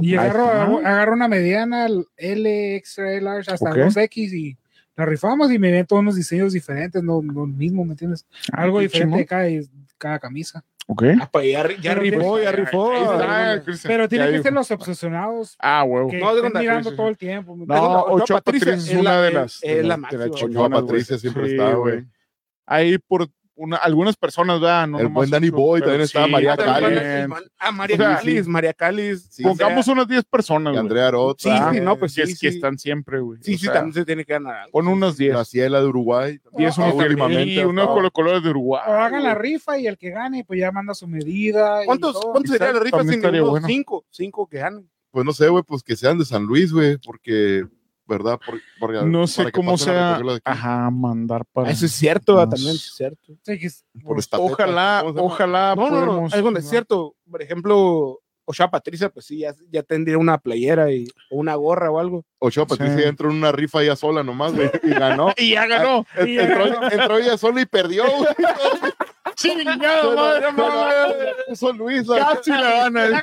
Y ahí agarro, está. hago- agarro una mediana, L, extra, L, large, hasta Ok. 2X y la rifamos y me ven todos unos diseños diferentes, no lo mismo, ¿me entiendes? Ah, Algo qué diferente de chingón. cada, cada camisa. Ok. Ah, pues ya, ri- ya Pero rifó, tiene- ya rifó. Ahí está, Ochoa Cristian. Pero Ya tienen que dijo. ser los obsesionados Ah, huevo. que No, de estén onda, mirando sí, sí, todo el tiempo. ¿me No, entiendes? Ochoa Patricia es la- una de las- es la de las máxima. chingonas, Ochoa güey. Patricia siempre Sí, está, güey. Ahí por una, algunas personas, ¿verdad? No El nomás buen Danny Ochoa, Boy, pero también estaba sí, María Ah, también Cali. cuando- también. Iván- Ah, María O sea, Calis, María Calis. Sí, Pongamos unas 10 personas, Y güey. Andrea Arot, Sí, Ah, sí, no, pues sí. que, sí, es- que están siempre, güey. sí, O sí, sea, también se tiene que ganar algo. Pon unas 10. Graciela de Uruguay. 10 Ah, unos últimamente últimamente. ha uno estado. con los colores de O Uruguay. hagan la rifa y el que gane, pues ya manda su medida. y ¿Cuántos, todo. ¿cuántos serían las rifas También sin estaría unos bueno. cinco? Cinco que ganen. Pues no sé, güey, pues que sean de San Luis, güey, porque, ¿verdad? Por- porque- No para sé que cómo pasen a sea. recogerlo de aquí. Ah, Ajá, mandar para. Eso es cierto, Nos- también es cierto. Sí, que es- Por estafeta. Pues, Ojalá, ¿Cómo se llama? ojalá. No, no, no, podamos- es donde es cierto. Por ejemplo, Ochoa Patricia, pues sí, ya, ya tendría una playera y, o una gorra o algo. Ochoa Patricia Sí. entró en una rifa ella sola nomás, güey, y ganó. Y ya ganó. En- entró, entró ella sola y perdió, güey. Chingado, madre, madre. Eso Luis, Casi la gana. ¿eh?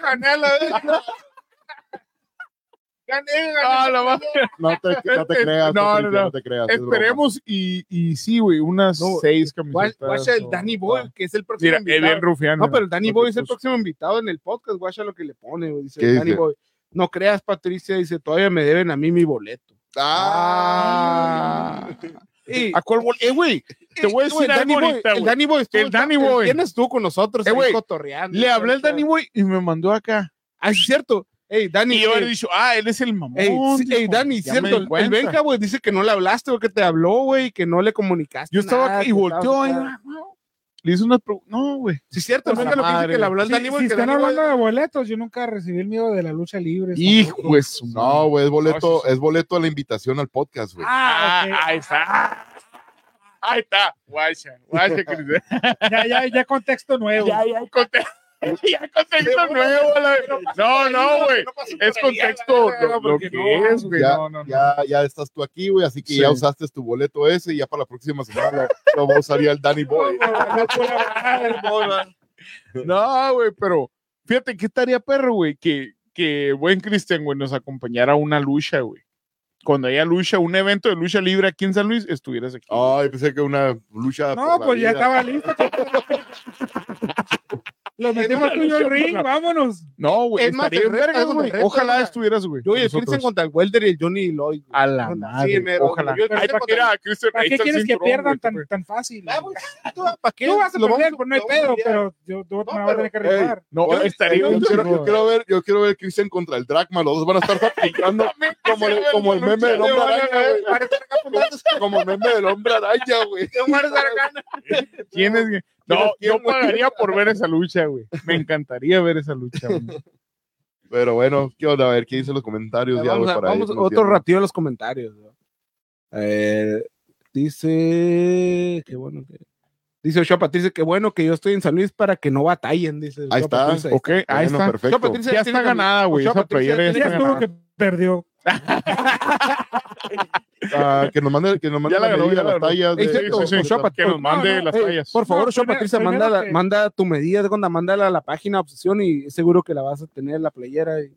Ah, la madre. no te, no te creas. No, Patricia, no, no. te creas. es broma. Esperemos y, y sí, güey, unas No, seis Guacha camisetas. el o- Danny Boy, Ah. que es el próximo Mira, es invitado. bien rufiano. no, pero el Danny Boy es el Pues, próximo invitado en el podcast. Guacha lo que le pone, güey, dice ¿Qué el Danny dice? Boy. No creas, Patricia, dice, todavía me deben a mí mi boleto. Ah. Y, ¿A cuál bol- Eh, güey, te voy Güey, a decir el Danny algo Boy, ahorita, El güey. Danny Boy estuvo, El Danny Boy. ¿Quién estuvo con nosotros? Eh, ahí güey, cotorreando. Le hablé al Ahorita. Danny Boy y me mandó acá. Ah, sí, es cierto. Ey, Danny. Y yo ey, he dicho, ah, él es el mamón. Ey, sí, ey, dijo. Dani, Ya me cierto, di el- el cuenta. Benja, güey, dice que no le hablaste o que te habló, güey, que no le comunicaste. Yo estaba nada, aquí y que volteó. estabas ahí, acá. no. Le hice unas preguntas. No, güey. Sí, es cierto, el Pues Benja la lo que dice madre. que le habló al Sí, Dani, güey. si que están Dani, güey, hablando de boletos, yo nunca recibí el mío de la lucha libre. Hijo pues. de su No, madre. güey, es No, boleto, sí, sí. es boleto a la invitación al podcast, güey. Ah, Ah, ok. ahí está. Ahí está. Guacha, guacha, Cris. Ya, ya, ya contexto nuevo. Ya, ya, conte- ya contexto nuevo. la- No, no, güey. Es contexto lo, lo que es, güey. ya, No, no, no. ya, ya estás tú aquí, güey, así que Sí. ya usaste tu boleto ese y ya para la próxima semana lo, lo va a usar ya el Danny Boy. No, güey, pero fíjate qué estaría perro, güey, que, que buen Cristian, güey, nos acompañara a una lucha, güey. Cuando haya lucha, un evento de lucha libre aquí en San Luis, estuvieras aquí. Ay, pensé que una lucha. por No, la pues vida. ya estaba listo. Lo metimos tú y yo al ring, vámonos. No, güey. Es más, estaría el bien reto, vergas, es un güey. reto, Ojalá güey. estuvieras, güey. Yo con y el nosotros. Christian contra el Welder y el Johnny Lloyd. güey. A la Sí, madre. me- Ojalá. yo- yo- Ay, yo- ¿Para qué era Christian ¿Para qué Aitken quieres que Syndrome, pierdan güey? tan, tan fácil? Ah, güey? pues, tú, ¿Para qué? Tú vas a Lo vamos- perder, pues no hay lo vamos a pedo, pelear. pero yo, yo me la voy a tener que pero- rifar. No, Yo- estaría yo, bien quiero, chingón. yo quiero ver, yo quiero ver Christian contra el Dracma, los dos van a estar practicando como, el- como el meme del hombre araña, güey. Como el meme del hombre araña, güey. ¿Quién es? No, quiero, yo güey. pagaría por ver esa lucha, güey. Me encantaría ver esa lucha, güey. Pero bueno, ¿qué onda? A ver, ¿qué dicen los comentarios? Ya, Vamos, güey, a- para vamos irnos otro viendo. ratito en los comentarios. ¿no? Eh, dice, qué bueno que dice Ochoa Patricia, qué bueno que yo estoy en San Luis para que no batallen, dice. Ahí Ochoa está, Patricia. Ok, ahí Bueno, está. perfecto. Ochoa Patricia Ya tiene está cami- ganada, güey. Ochoa Esa Patricia playera ya tiene- está Ya estuvo ganada. que perdió. Ah, que nos mande, que nos mande Ya la la ganó, medida, ya la las ganó. tallas. Ey, de- cierto, de- sí, sí. Ochoa Pat- Que nos mande no, las eh, tallas. Por favor, No, Ochoa primero- Patricia, primero manda, la- que- manda tu medida, Gonda, mándala a la página Obsesión y seguro que la vas a tener la playera. y-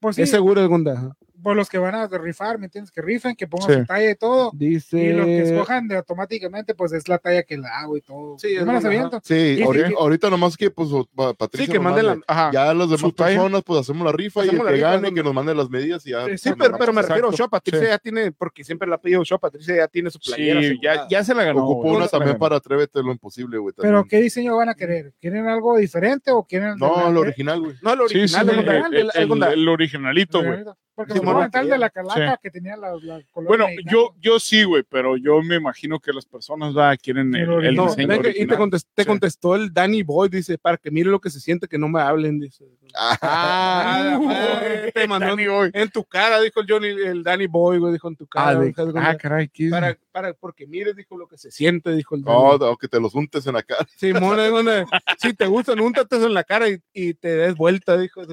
Pues sí, Es seguro, Gonda. por los que van a rifar, ¿me entiendes? Que rifen, que pongan Sí. su talla y todo. Dice. Y los que escojan de automáticamente, pues es la talla que la hago y todo. Este, Sí, Yo es me las buena, aviento. Sí, Y- ahorita, ahorita nomás que pues o- pa- Patricia sí, que nos manden la. mande. Ajá. Ya las demás Su talla. personas pues hacemos la rifa Hacemos y la el que rifa, gane ¿no? que nos mande las medidas y ya. Sí, Sí, pues, pero, nos pero me mandamos. refiero a Exacto, Ochoa Patricia sí. ya tiene, porque siempre la ha pedido Ochoa Patricia, ya tiene su playera. Sí, asegurada. ya, ya se la ganó. Ocupo güey, una ya se la también ganó. para Atrévete lo imposible, güey. Pero también. ¿qué diseño van a querer? ¿Quieren algo diferente o quieren... No, de- lo de- original, güey. No, el Sí, original, el sí, el, Gonda, el- el- el Gonda. el originalito, güey. Porque Sí, me bueno, van tal de la calaca sí. que tenía la, la color Bueno, mexicana. yo, yo sí, güey, pero yo me imagino que las personas va, quieren el, el No, diseño ven que- y te, original. contest- te Sí. contestó el Danny Boy, dice, para que mire lo que se siente que no me hablen, dice. Ah, Uy, madre, te mandó Danny Boy. en tu cara, dijo el Johnny, el Danny Boy, güey, dijo en tu cara. Ah, de- dijo, ah, caray, ¿qué es? para, para, porque mires, dijo lo que se siente, dijo el No, Oh. Danny. no, que te los untes en la cara. Simón, es donde, si te gustan, úntatelos en la cara y, y te des vuelta, dijo. es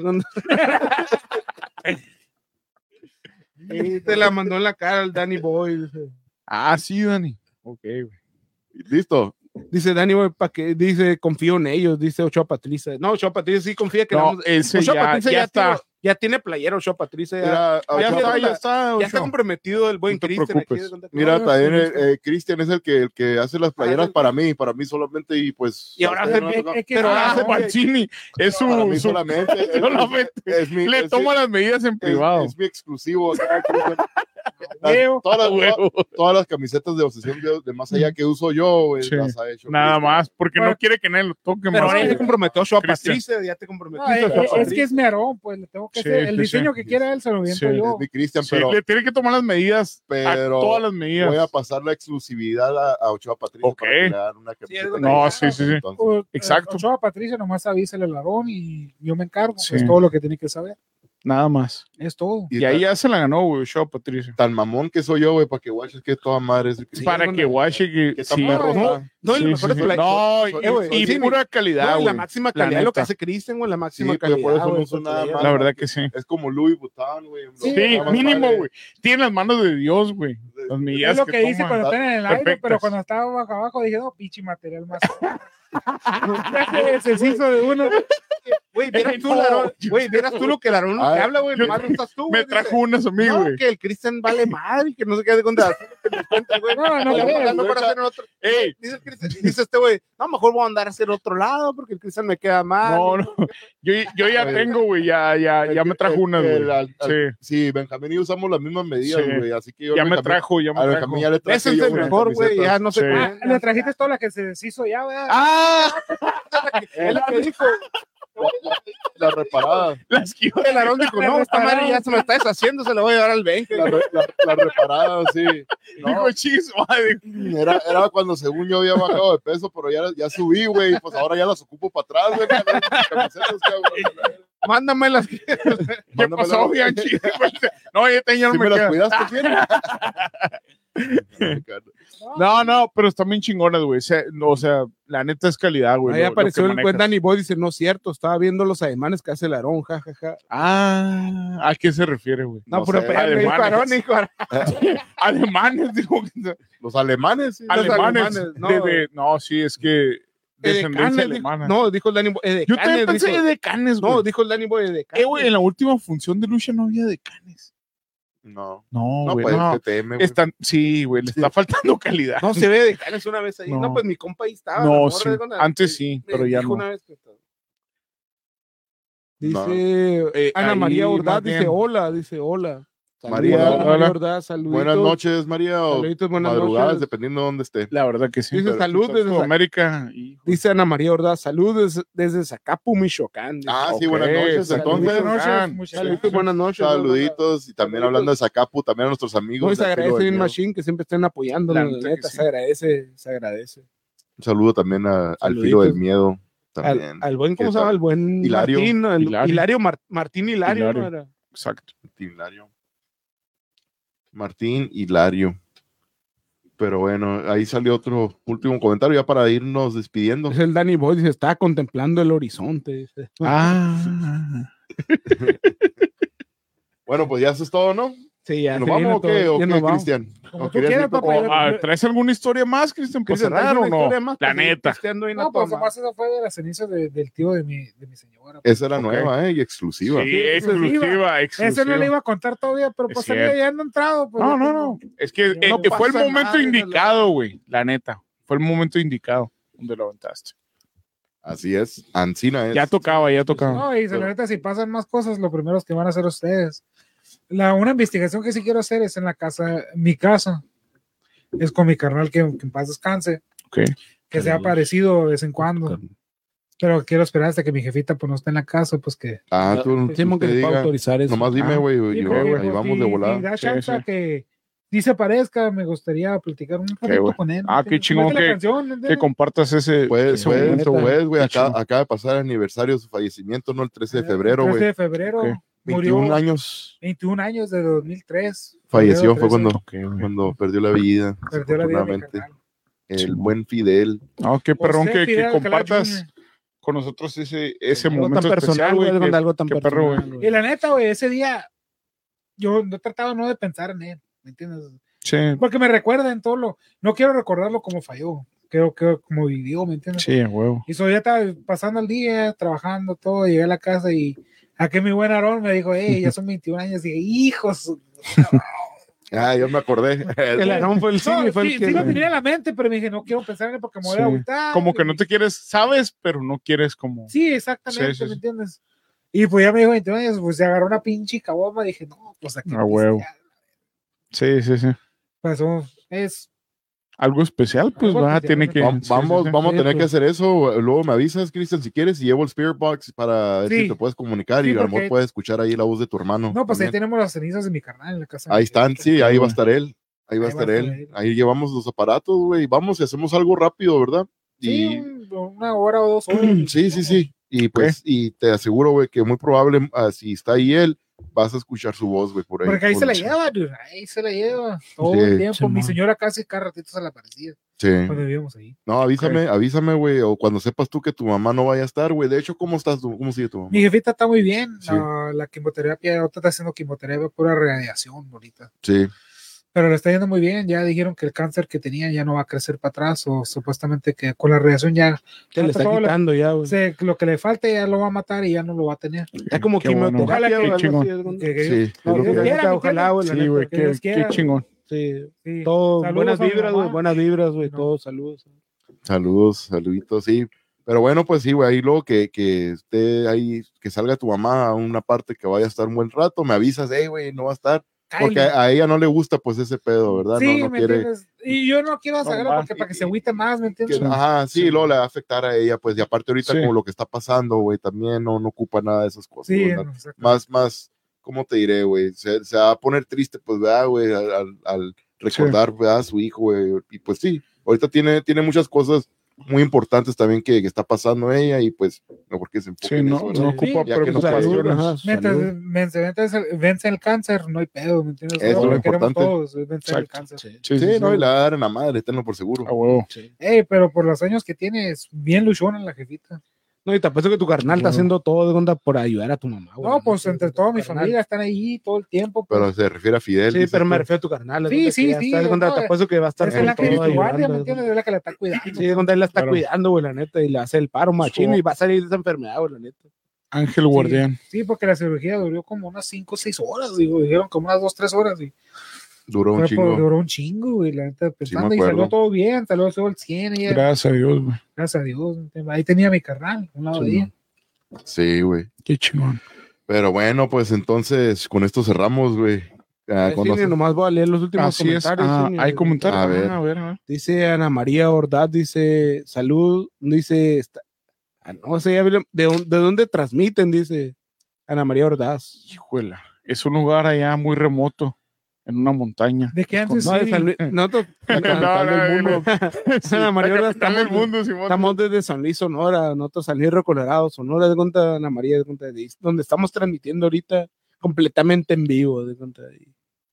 donde- Y te la mandó en la cara el Danny Boy. Dice, Ah, sí, Dani. Ok, güey. Listo. dice Danny Boy, para que, dice, confío en ellos, dice Ochoa Patricia. No, Ochoa Patricia sí confía que No, vamos- ese Ochoa ya, Patricia ya, ya, está. Tiene, ya tiene playera, Ochoa Patricia. Ya, Mira, a- Ya a- está, ya está. ya está comprometido el buen No te Cristian. aquí, preocupes. de- mira, No, también no, eh, eh, Cristian es el que, el que hace las playeras el- para mí, para mí solamente y pues. Y ahora a ustedes no hace- les toca. es Eh, que- Pero Ah, ahora hace hace Pancini. Es su. para mí su- solamente. es- solamente. es mi- le es toma mi- las medidas en es, privado. es mi exclusivo. acá, Cristian. Huevo. Las- todas, las, Ah, huevo. todas las camisetas de obsesión de, de más allá que uso yo, güey, Sí. las ha hecho. Nada Cristian. más, porque no Bueno. quiere que nadie lo toque Pero más. ahora ya te güey. comprometió Ochoa Cristian. Patricia, ya te comprometiste. No, es, Ochoa es- es que Patricia. es mi arón, pues le tengo que Sí, hacer el sí, diseño sí. que quiera él se lo viento Sí, yo. Es mi Cristian, Sí, pero le tiene que tomar las medidas. Pero a todas las medidas. voy a pasar la exclusividad a, a Ochoa Patricia Ok. para que le hagan una camiseta. es lo que- No, sí, sí, sí. Entonces, O- Exacto. eh, Ochoa Patricia nomás avísale el arón y yo me encargo. Sí. Es todo lo que tiene que saber. Nada más. Es todo. y Y ahí tan, ya se la ganó, güey, Shaw Patricio. tan mamón que soy yo, güey, para que guaches que toda madre es Sí, Para es que una- guache que. que tan sí. perro no, está. No, y Sí, lo mejor sí, es sí. que la- No, y- soy- eh, güey, y sí, pura no, calidad, y la güey. máxima La calidad, lo que neta. hace Cristian, güey, la máxima Sí, güey, calidad. por eso no güey, uso su nada playera. más. La verdad que sí. Es como Louis Vuitton, güey. Lo Sí, que Sí, más mínimo, vale. güey. Tiene las manos de Dios, güey. Las medidas Es lo que, dice toma. cuando están en el aire, pero perfectas. cuando estaba abajo abajo dije, no, pinche material más. Ya se deshizo de uno. Güey, vieras tú, No. Larón, güey, vieras tú lo que Larón no te Ay, habla, güey, yo- nomás no estás tú, Me güey, trajo dice, unas a mí, no, güey. que el Cristian vale madre, que no sé qué de contar. No, no, Dice no. no, para no. hacer otro- Ey, dice el Cristian- dice este güey, no, mejor voy a andar hacia el otro lado porque el Cristian me queda mal. no, no. Yo, yo ya Oye. tengo, güey. Ya, ya, ya me trajo El- unas, el- güey. al- al- Sí. Sí, Benjamín y yo usamos las mismas medidas, Sí. güey. Así que yo. Ya me Benjamín- trajo, ya me A trajo. Benjamín ya le traje. Ese es yo el unas mejor, güey, camisetas. ya no sé Sí. cuál. Ah, le trajiste toda la que se deshizo ya, ¿verdad? ¡Ah! Es la que dijo. La reparada. Las que iba- El Aarón dijo, no, esta madre ya se me está deshaciendo, se la voy a llevar al 20. La, re- la- la reparada, sí. No. Digo, chis, madre. Era, era cuando según yo había bajado de peso, pero ya, ya subí, güey. y Pues ahora ya las ocupo para atrás, güey. para ver mis camisetas, cabrón. Mándame las que... ¿Qué Mándamela. pasó, Bianchi? No, ya tenía, Si no me me las queda. cuidaste bien. No, no, pero están bien chingonas, güey. O sea, no, o sea, la neta es calidad, güey. Ahí Pues lo- lo apareció que el buen manejas. Danny Boy, dice, no es cierto, estaba viendo los ademanes que hace el Aarón, jajaja. Ah, ¿a qué se refiere, güey? No, No pero sé, espérate, dijo alemanes. Aarón, dijo Aarón. Alemanes, digo. que- Los alemanes, sí. Ale- Alemanes. alemanes, no. no. no, sí, es que descendencia Edecanes, dijo- alemana. No, dijo el Danny Boy, Yo también Edecanes, pensé dijo. de canes, güey. No, dijo el Danny Boy, Edecanes. Eh, güey, en la última función de lucha no había de canes. No. No, No, güey, pues no. que teme, güey. Están, sí, güey, le está faltando calidad. No, se ve Edecanes una vez ahí. No. No, pues mi compa ahí estaba. la No, morra, sí, dijo, la- antes sí, me pero ya dijo no. una vez que- Dice Eh, Ana ahí, María más Ordaz, bien. dice hola, dice hola. Saludos, María, Ana María hola. Ordaz, saluditos. Buenas noches, María, o Saluditos, buenas madrugadas, noches. dependiendo de dónde esté. La verdad que sí. Dice pero- salud desde- Sudamérica. hijo. Dice Ana María Ordaz, saludos des- desde Zacapu, Michoacán. Dice, Ah, sí, Ok, buenas noches. saludos, Entonces, buenas noches, Fran, muchas saluditos, gracias. buenas noches. saluditos. Y también hablando de Zacapu, también a nuestros No, amigos. y se de aquí, agradece lo bien del- Machine que siempre estén apoyando, La la, neta que neta, sí. se agradece, se agradece. Un saludo también a- al filo Saluditos. del miedo. Al, También. al buen, ¿cómo ¿Qué se llama? tal? El buen Hilario. Martín, ¿no? El- Hilario. Hilario, Mar- Martín Hilario, Hilario. ¿no era? Exacto. Hilario. Martín Hilario. Pero bueno, ahí salió otro último comentario ya para irnos despidiendo. Es el Danny Boy, dice, estaba contemplando el horizonte. dice. Ah. Bueno, pues ya eso es todo, ¿no? Sí, ya. ¿Nos se vamos viene o qué, todo, o ya qué, nos vamos. Cristian? Como ¿O tú quieres quieras, otro- papá, o- yo- Ah, ¿Traes alguna historia más, Cristian? ¿Para Cristian, ¿traes cerrar o una historia no? más Pues La para seguir neta. pisteando ahí en la No, pues toma? nomás eso fue de las cenizas de- del tío de mi, de mi señora. Esa era Ok. nueva, ¿eh? Y Sí, exclusiva. exclusiva, Ese no le exclusiva. iba a contar todavía, pero Es pues cierto. él ya anda entrado. pues, No, ya no, tengo- no. Es que No eh, que fue el pasa momento nada, indicado, güey. La neta. Fue el momento indicado donde lo aventaste. Así es. Ancina es. Ya tocaba, ya tocaba. No, y la neta, si pasan más cosas, lo primero es que van a hacer ustedes. La, una investigación que sí quiero hacer es en la casa, mi casa. Es con mi carnal que, que en paz descanse. Ok. Que se ha Saludos. aparecido de vez en cuando. Pero quiero esperar hasta que mi jefita pues, no esté en la casa, pues que. Ah, tú, Simón, usted que le pueda diga. autorizar eso. Nomás dime, Ah, güey, Sí, y yo- porque, güey, ahí pues, vamos si- de si volada. da Sí, chance sí. a que sí se parezca, me gustaría platicar un ratito güey. con él. Ah, qué Métele chingón la que- canción, métele. Que compartas ese. Puedes, ese puedes, momento, puedes, güey. Qué Acaba, chingón. acaba de pasar el aniversario de su fallecimiento, ¿no? El 13 de Ah, febrero, 13 güey. de febrero. Ok. Murió 21 años 21 años de 2003. falleció, Febrero fue 13, cuando, Ok, güey. cuando perdió la vida. Perdió la vida. mi desafortunadamente. carnal. El Simón. buen Fidel. No, qué perrón José que, que Fidel Alcalá compartas Jr.. con nosotros ese, ese Algo momento tan personal, especial, güey, güey. algo- que- algo tan qué perro, güey. personal, Y la neta, güey, ese día yo no trataba no de pensar en él, ¿me entiendes? Sí, Porque me recuerda en todo lo. No quiero recordarlo como falló, creo que como vivió, ¿me entiendes? sí, huevo. Y so, ya estaba pasando el día, trabajando todo, llegué a la casa y aquí mi buen Aarón me dijo, hey, ya son 21 años, y dije, hijos. Ah, yo me acordé. El Aarón fue el sí, No, fue el sí, que- sí lo tenía en la mente, pero me dije, no quiero pensar en él porque me voy Sí. a agüitar. Como que no te quieres, sabes, pero no quieres como. Sí, exactamente, Sí, sí, sí. ¿me entiendes? Y pues ya me dijo 21 años, pues se agarró una pinche caboma, dije, no, pues aquí. A huevo. Sí, sí, sí. Pasó. Es Algo especial, pues Algo va, especial, tiene ¿no? que. Vam- sí, Vamos, sí, sí. vamos a Sí, tener que pues. hacer eso. Luego me avisas, Cristian, si quieres, y llevo el Spirit Box para ver si Sí. te puedes comunicar Sí, y a lo porque- mejor puedes escuchar ahí la voz de tu hermano. No, pues ahí también. tenemos las cenizas de mi carnal en la casa. Ahí están, sí, ahí va a estar él. Ahí va a Ahí estar él. Ahí llevamos los aparatos, güey. Vamos y hacemos algo rápido, ¿verdad? Sí, Y, un- una hora o dos horas. sí, sí, sí. Y pues, y te aseguro, güey, que muy probable, ah, si está ahí él, vas a escuchar su voz, güey, por ahí. Porque ahí por se la los- lleva, dude, ahí se la lleva. Todo Sí, el tiempo. Mi Simón. señora casi cada ratito se la aparecía Sí. cuando vivíamos ahí. No, avísame, avísame, güey, o cuando sepas tú que tu mamá no vaya a estar, güey. De hecho, ¿cómo estás tú? ¿Cómo sigue tu mamá? Mi jefita está muy bien. Sí. La, la quimioterapia, ahorita está haciendo quimioterapia pura radiación, bonita. Sí. Pero le está yendo muy bien. Ya dijeron que el cáncer que tenía ya no va a crecer para atrás. O supuestamente que con la radiación ya Te le está quitando ya, güey. se- lo que le falte ya lo va a matar y ya no lo va a tener. Ya como Qué bueno. quimioterapia, Ojalá güey, que- algo chingón. así, algún- Que- que- Sí, es No, lo que- Dios quiera, neta, ¿me ojalá, güey, la Sí, neta, güey, que qué, Dios qué quiera. chingón. sí. sí. Todo, Saludos buenas a mi vibras, mamá. güey, buenas vibras, güey, No. todos saludos. Saludos, saluditos, sí. Pero bueno, pues sí, güey, ahí luego que, que esté ahí, que salga tu mamá a una parte que vaya a estar un buen rato, me avisas, hey, güey, no va a estar. Porque Cáele. a, a ella no le gusta, pues, ese pedo, ¿verdad? Sí, no, no ¿me quiere. entiendes? Y yo no quiero sacarlo va. porque para que se agüite más, ¿me que- entiendes? ajá, sí, Sí. luego le va a afectar a ella, pues, y aparte ahorita Sí. como lo que está pasando, güey, también no, no ocupa nada de esas cosas. Sí, ¿verdad? no, exacto. Más, más, ¿cómo te diré, güey? Se, se va a poner triste, pues, ¿verdad, güey? Al, al- al recordar, ¿verdad? A su hijo, güey. Y pues sí, ahorita tiene, tiene muchas cosas muy importantes también que, que está pasando ella y pues, no porque se enfoque Sí, en no, eso, ¿verdad? no Sí, ocupa ya que no pasa, preocupaciones. ajá. Mientras Salud. vence, vence el, vence el cáncer, no hay pedo, ¿me entiendes? Eso es Lo lo que queremos importante. todos es vencer el Exacto. cáncer. Sí, Ah, Sí, sí, no, sí. y la va a dar en la madre, tenlo por seguro. A huevo. Ey, pero por los años que tiene, es bien luchona la jefita. No, y te apuesto que tu carnal está Bueno. haciendo todo de onda por ayudar a tu mamá, Ah, güey. No, pues entre toda mi Carnal. familia están ahí todo el tiempo. pues. Pero se refiere a Fidel. Sí, dices pero tú. me refiero a tu carnal. haz Sí, cuenta que sí, ya sí, está, haz cuenta, no, te apuesto que va a estar es en la con que es todo tu guardia, ¿me ayudando. entiendes? Es la que la está cuidando. Sí, es donde él la está Claro. cuidando, güey, la neta, y le hace el paro machín Su- y va a salir de esa enfermedad, güey, la neta. Ángel Guardián. Sí, porque la cirugía duró como unas 5 o 6 horas, digo, dijeron como unas 2 3 horas. Y Duró un fue por- chingo. duró un chingo, güey, la neta, pensando, y acuerdo. salió todo bien, salió todo el 100, y ya, Gracias a Dios, güey. gracias a Dios. ¿me entiendes? Ahí tenía mi carnal, un lado de Sí, ella. Sí, güey. Qué chingón. Pero bueno, pues entonces con esto cerramos, güey. Ah, Eh, cuando- Cine, nomás voy a leer los últimos Así es. comentarios. ah, Cine. hay comentarios. A ver. Ah, a ver, a ver. Dice Ana María Ordaz, dice salud, dice, está- ah, no sé, ya vi lo- ¿de, dónde- de dónde transmiten? Dice Ana María Ordaz. Híjola. Es un lugar allá muy remoto, en una montaña. ¿De qué antes? No, de sí? San Luis- nosotros capital del no, mundo. Ana María la Ordaz, capital del estamos- mundo, Simón. Estamos desde San Luis, Sonora, nosotros San Luis, Río Colorado, Sonora, de cuenta Ana María, de cuenta de ahí, donde estamos transmitiendo ahorita completamente en vivo, de cuenta de ahí.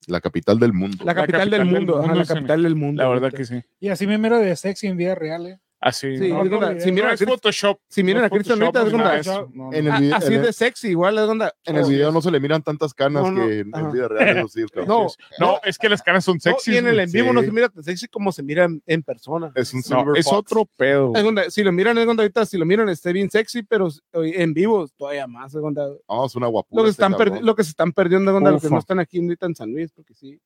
La capital del mundo. La capital, del mundo, ajá, la sí. capital del mundo. La verdad ahorita. que sí. Y así me mero de sexy en vida real, ¿eh? Así. Sí, no, haz de cuenta, no, si no miran no a es Chris- Photoshop. si miran no a es Cristian ahorita, Photoshop, haz de no cuenta, nada de eso. No, no. En el, Ah, vi- así en el- de sexy, igual, haz de onda. en el Oh, video no se le miran tantas canas No, no, que en, en ajá. vida real. eso sí, cabrón. No, No, es que las caras son no, sexy. y en el en vivo no Sí. se mira tan sexy como se miran en persona. es un No, silver es fox. otro pedo. Haz de cuenta, si lo miran, haz de cuenta, ahorita, si lo miran, esté bien sexy, pero si- en vivo todavía más. haz de cuenta. No, es una guapura. Lo que, este están perdi- cabrón. lo que se están perdiendo, haz de cuenta, los que Ufa. no están aquí ahorita en San Luis, porque sí.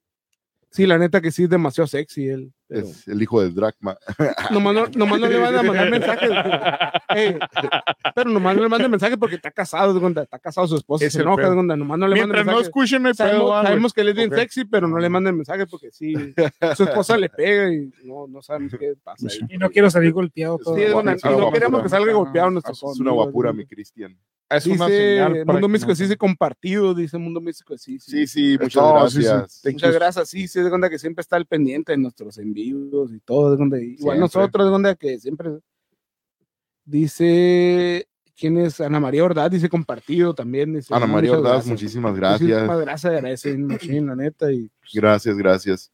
Sí, la neta que sí es demasiado sexy él. pero- Es el hijo de Dracma. Nomás no, nomás no le van a mandar mensajes. eh, pero nomás no le manden mensajes porque está casado, haz de cuenta, está casado su esposa, Es se el enoja, pedo. haz de cuenta, nomás no le manden Mientras no mensajes. escuchen, no hay pedo. Sabemos, ah, güey. sabemos que él es bien Ok. sexy, pero no le manden mensajes porque sí, su esposa le pega y no, no sabemos qué pasa. ahí. Sí. Y no quiero salir golpeado. todo. Sí, es una- Es y una no guapura. queremos que salga golpeado nuestro Es una guapura, mi Cristian. Es una señal Dice para Mundo que Místico, no- sí, sí, compartido, dice Mundo Místico, sí, sí. Sí, sí, muchas No, sí, sí. gracias. Muchas gracias, sí, sí, es de cuenta que siempre está al pendiente de nuestros envíos y todo, es donde, igual Siempre. nosotros, es donde que siempre dice, ¿quién es? Ana María Ordaz, dice compartido también. dice, Ana no, María muchas Ordaz, gracias. muchísimas gracias. Muchísimas gracias, agradece bien machín, la neta, y pues, Gracias, gracias.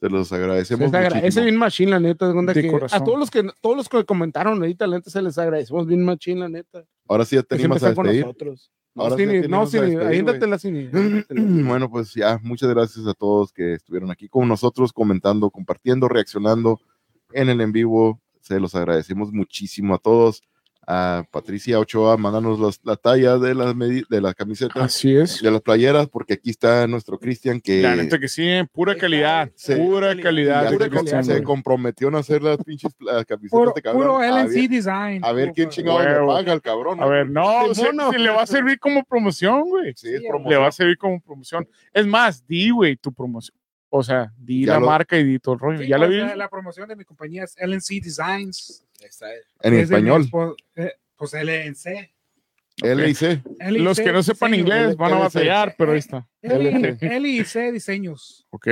Se los agradecemos. les agradece muchísimo. bien machín, la neta, es donde De que corazón. a todos los que, todos los que comentaron ahorita, la neta, se les agradecemos bien machín, la neta, Ahora sí ya que tenemos siempre a están con despedir. nosotros. No, Ahora sí Cini, te no, tenemos a Cini, despedir, aviéntatela, Cini, aviéntatela. Bueno, pues ya, muchas gracias a todos que estuvieron aquí con nosotros, comentando, compartiendo, reaccionando en el en vivo. Se los agradecemos muchísimo a todos. A Patricia Ochoa, mándanos las- la talla de las, medi- de las camisetas, Así es. de las playeras, porque aquí está nuestro Cristian que La neta que sí, eh, pura calidad. Sí. Pura calidad. ya de pura se, calidad, Cristiano, se güey. comprometió en hacer las pinches las camisetas Puro, de cabrón. puro a, LNC ver, Design. a ver quién chingado Huevo. le paga al cabrón. A ver, no, De se- mono. se le va a servir como promoción, güey. Sí, es Sí, Le promoción. va a servir como promoción. Es más, di, güey, tu promoción. O sea, di Ya la lo- marca y di todo el rollo. Sí, ya la o vi. sea, La promoción de mi compañía es LNC Designs. En Es de mi español, espo- eh, Pues LNC. LIC. LNC Los que no sepan diseños. inglés van a LC. batallar, pero ahí está. L- LNC Diseños. ¿Ok?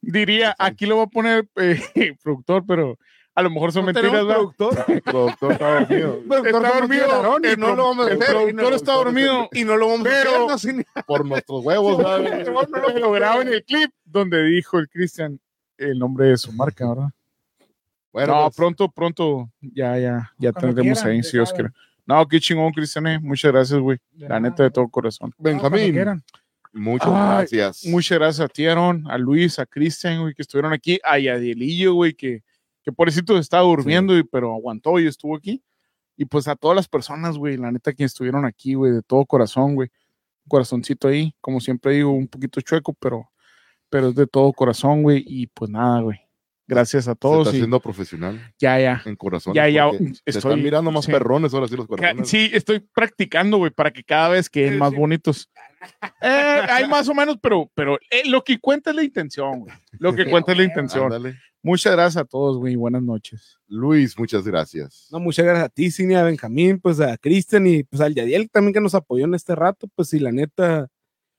Diría, aquí lo voy a poner eh, productor, pero a lo mejor son No mentiras, tenemos ¿verdad? productor. Doctor, está dormido. Doctor Está Jorge dormido. Alarón, y El no lo vamos a El hacer, y no productor lo- está dormido. y no lo vamos Pero- a hacer, no, Cini. Por nuestros huevos, ¿verdad? Pero grabo en el clip donde dijo el Cristian el nombre de su marca, ¿verdad? Bueno, no, pues, pronto, pronto, ya, ya, ya Cuando tendremos quieran, ahí, ya si Dios saben. quiere. No, qué chingón, Cristian, eh. muchas gracias, güey. La neta de todo corazón. Cuando Benjamín, pues, quieran. muchas Ay, gracias. Muchas gracias a ti, Aaron, a Luis, a Cristian, güey, que estuvieron aquí, a Yadielillo, güey, que, que pobrecito estaba durmiendo, y, pero aguantó y estuvo aquí. Y pues a todas las personas, güey, la neta que estuvieron aquí, güey, de todo corazón, güey. Un corazoncito ahí, como siempre digo, un poquito chueco, pero, pero es de todo corazón, güey. Y pues nada, güey. Gracias a todos. todos. Se está y haciendo profesional ya, ya. en corazón. Ya, ya, Se estoy- están mirando más sí. perrones ahora sí los Ca- corazones. Sí, estoy practicando, güey, para que cada vez queden más bonitos. Eh, hay más o menos, pero, pero eh, lo que cuenta es la intención, güey. Lo que cuenta es la intención. Ándale. Muchas gracias a todos, güey. Buenas noches. Luis, muchas gracias. No, muchas gracias a ti, Cini, a Benjamín, pues a Cristian y pues al Yadiel también que nos apoyó en este rato, pues si la neta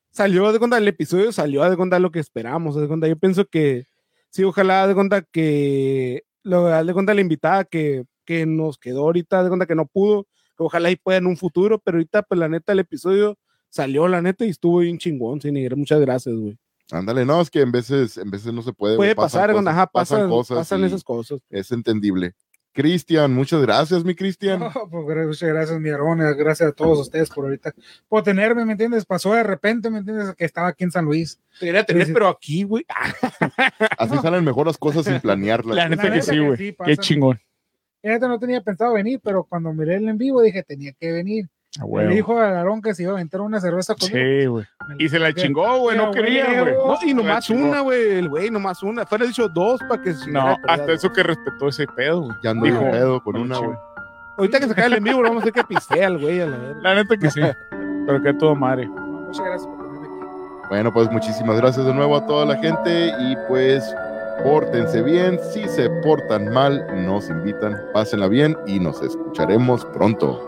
salió haz de cuenta, el episodio salió haz de cuenta lo que esperamos, haz de cuenta, yo pienso que sí, ojalá haz de cuenta que lo haz de cuenta la invitada que, que nos quedó ahorita, haz de cuenta que no pudo, que ojalá y pueda en un futuro, pero ahorita pues la neta el episodio salió la neta y estuvo bien chingón, Cini, muchas gracias, güey. Ándale, no, es que en veces, en veces no se puede. Puede güey, pasan pasar, haz de cuenta, cosas, ajá, Eh, pasan, pasan, cosas y esas cosas. Es entendible. Cristian, muchas gracias, mi Cristian. No, pues, gra- muchas gracias, mi Aarón, gracias a todos ustedes por ahorita, por tenerme, ¿me entiendes? Pasó de repente, ¿me entiendes? Que estaba aquí en San Luis. Te quería tener, pero aquí, güey. Así salen mejor las cosas sin planearlas. La neta que sí, güey. pasa. Qué chingón. La neta no tenía pensado venir, pero cuando miré el en vivo dije, tenía que venir. A Le huevo. dijo a Aarón que se iba a aventar una cerveza conmigo. Sí, güey. Y se la chingó, güey. No Qué quería, güey. huevo. No, y Se la nomás chingó. una, güey, el güey, nomás una. Fuera dicho dos para que se hubiera No, peleado. hasta eso que respetó ese pedo, güey. Ya ando de Dijo, pedo con Con una, la güey. Ahorita que se cae el en vivo, vamos a hacer que pistea el güey a la verga. La neta que sí. Pero que todo madre. Muchas gracias por tenerme aquí. Bueno, pues muchísimas gracias de nuevo a toda la gente y pues pórtense bien. Si se portan mal, nos invitan, pásenla bien y nos escucharemos pronto.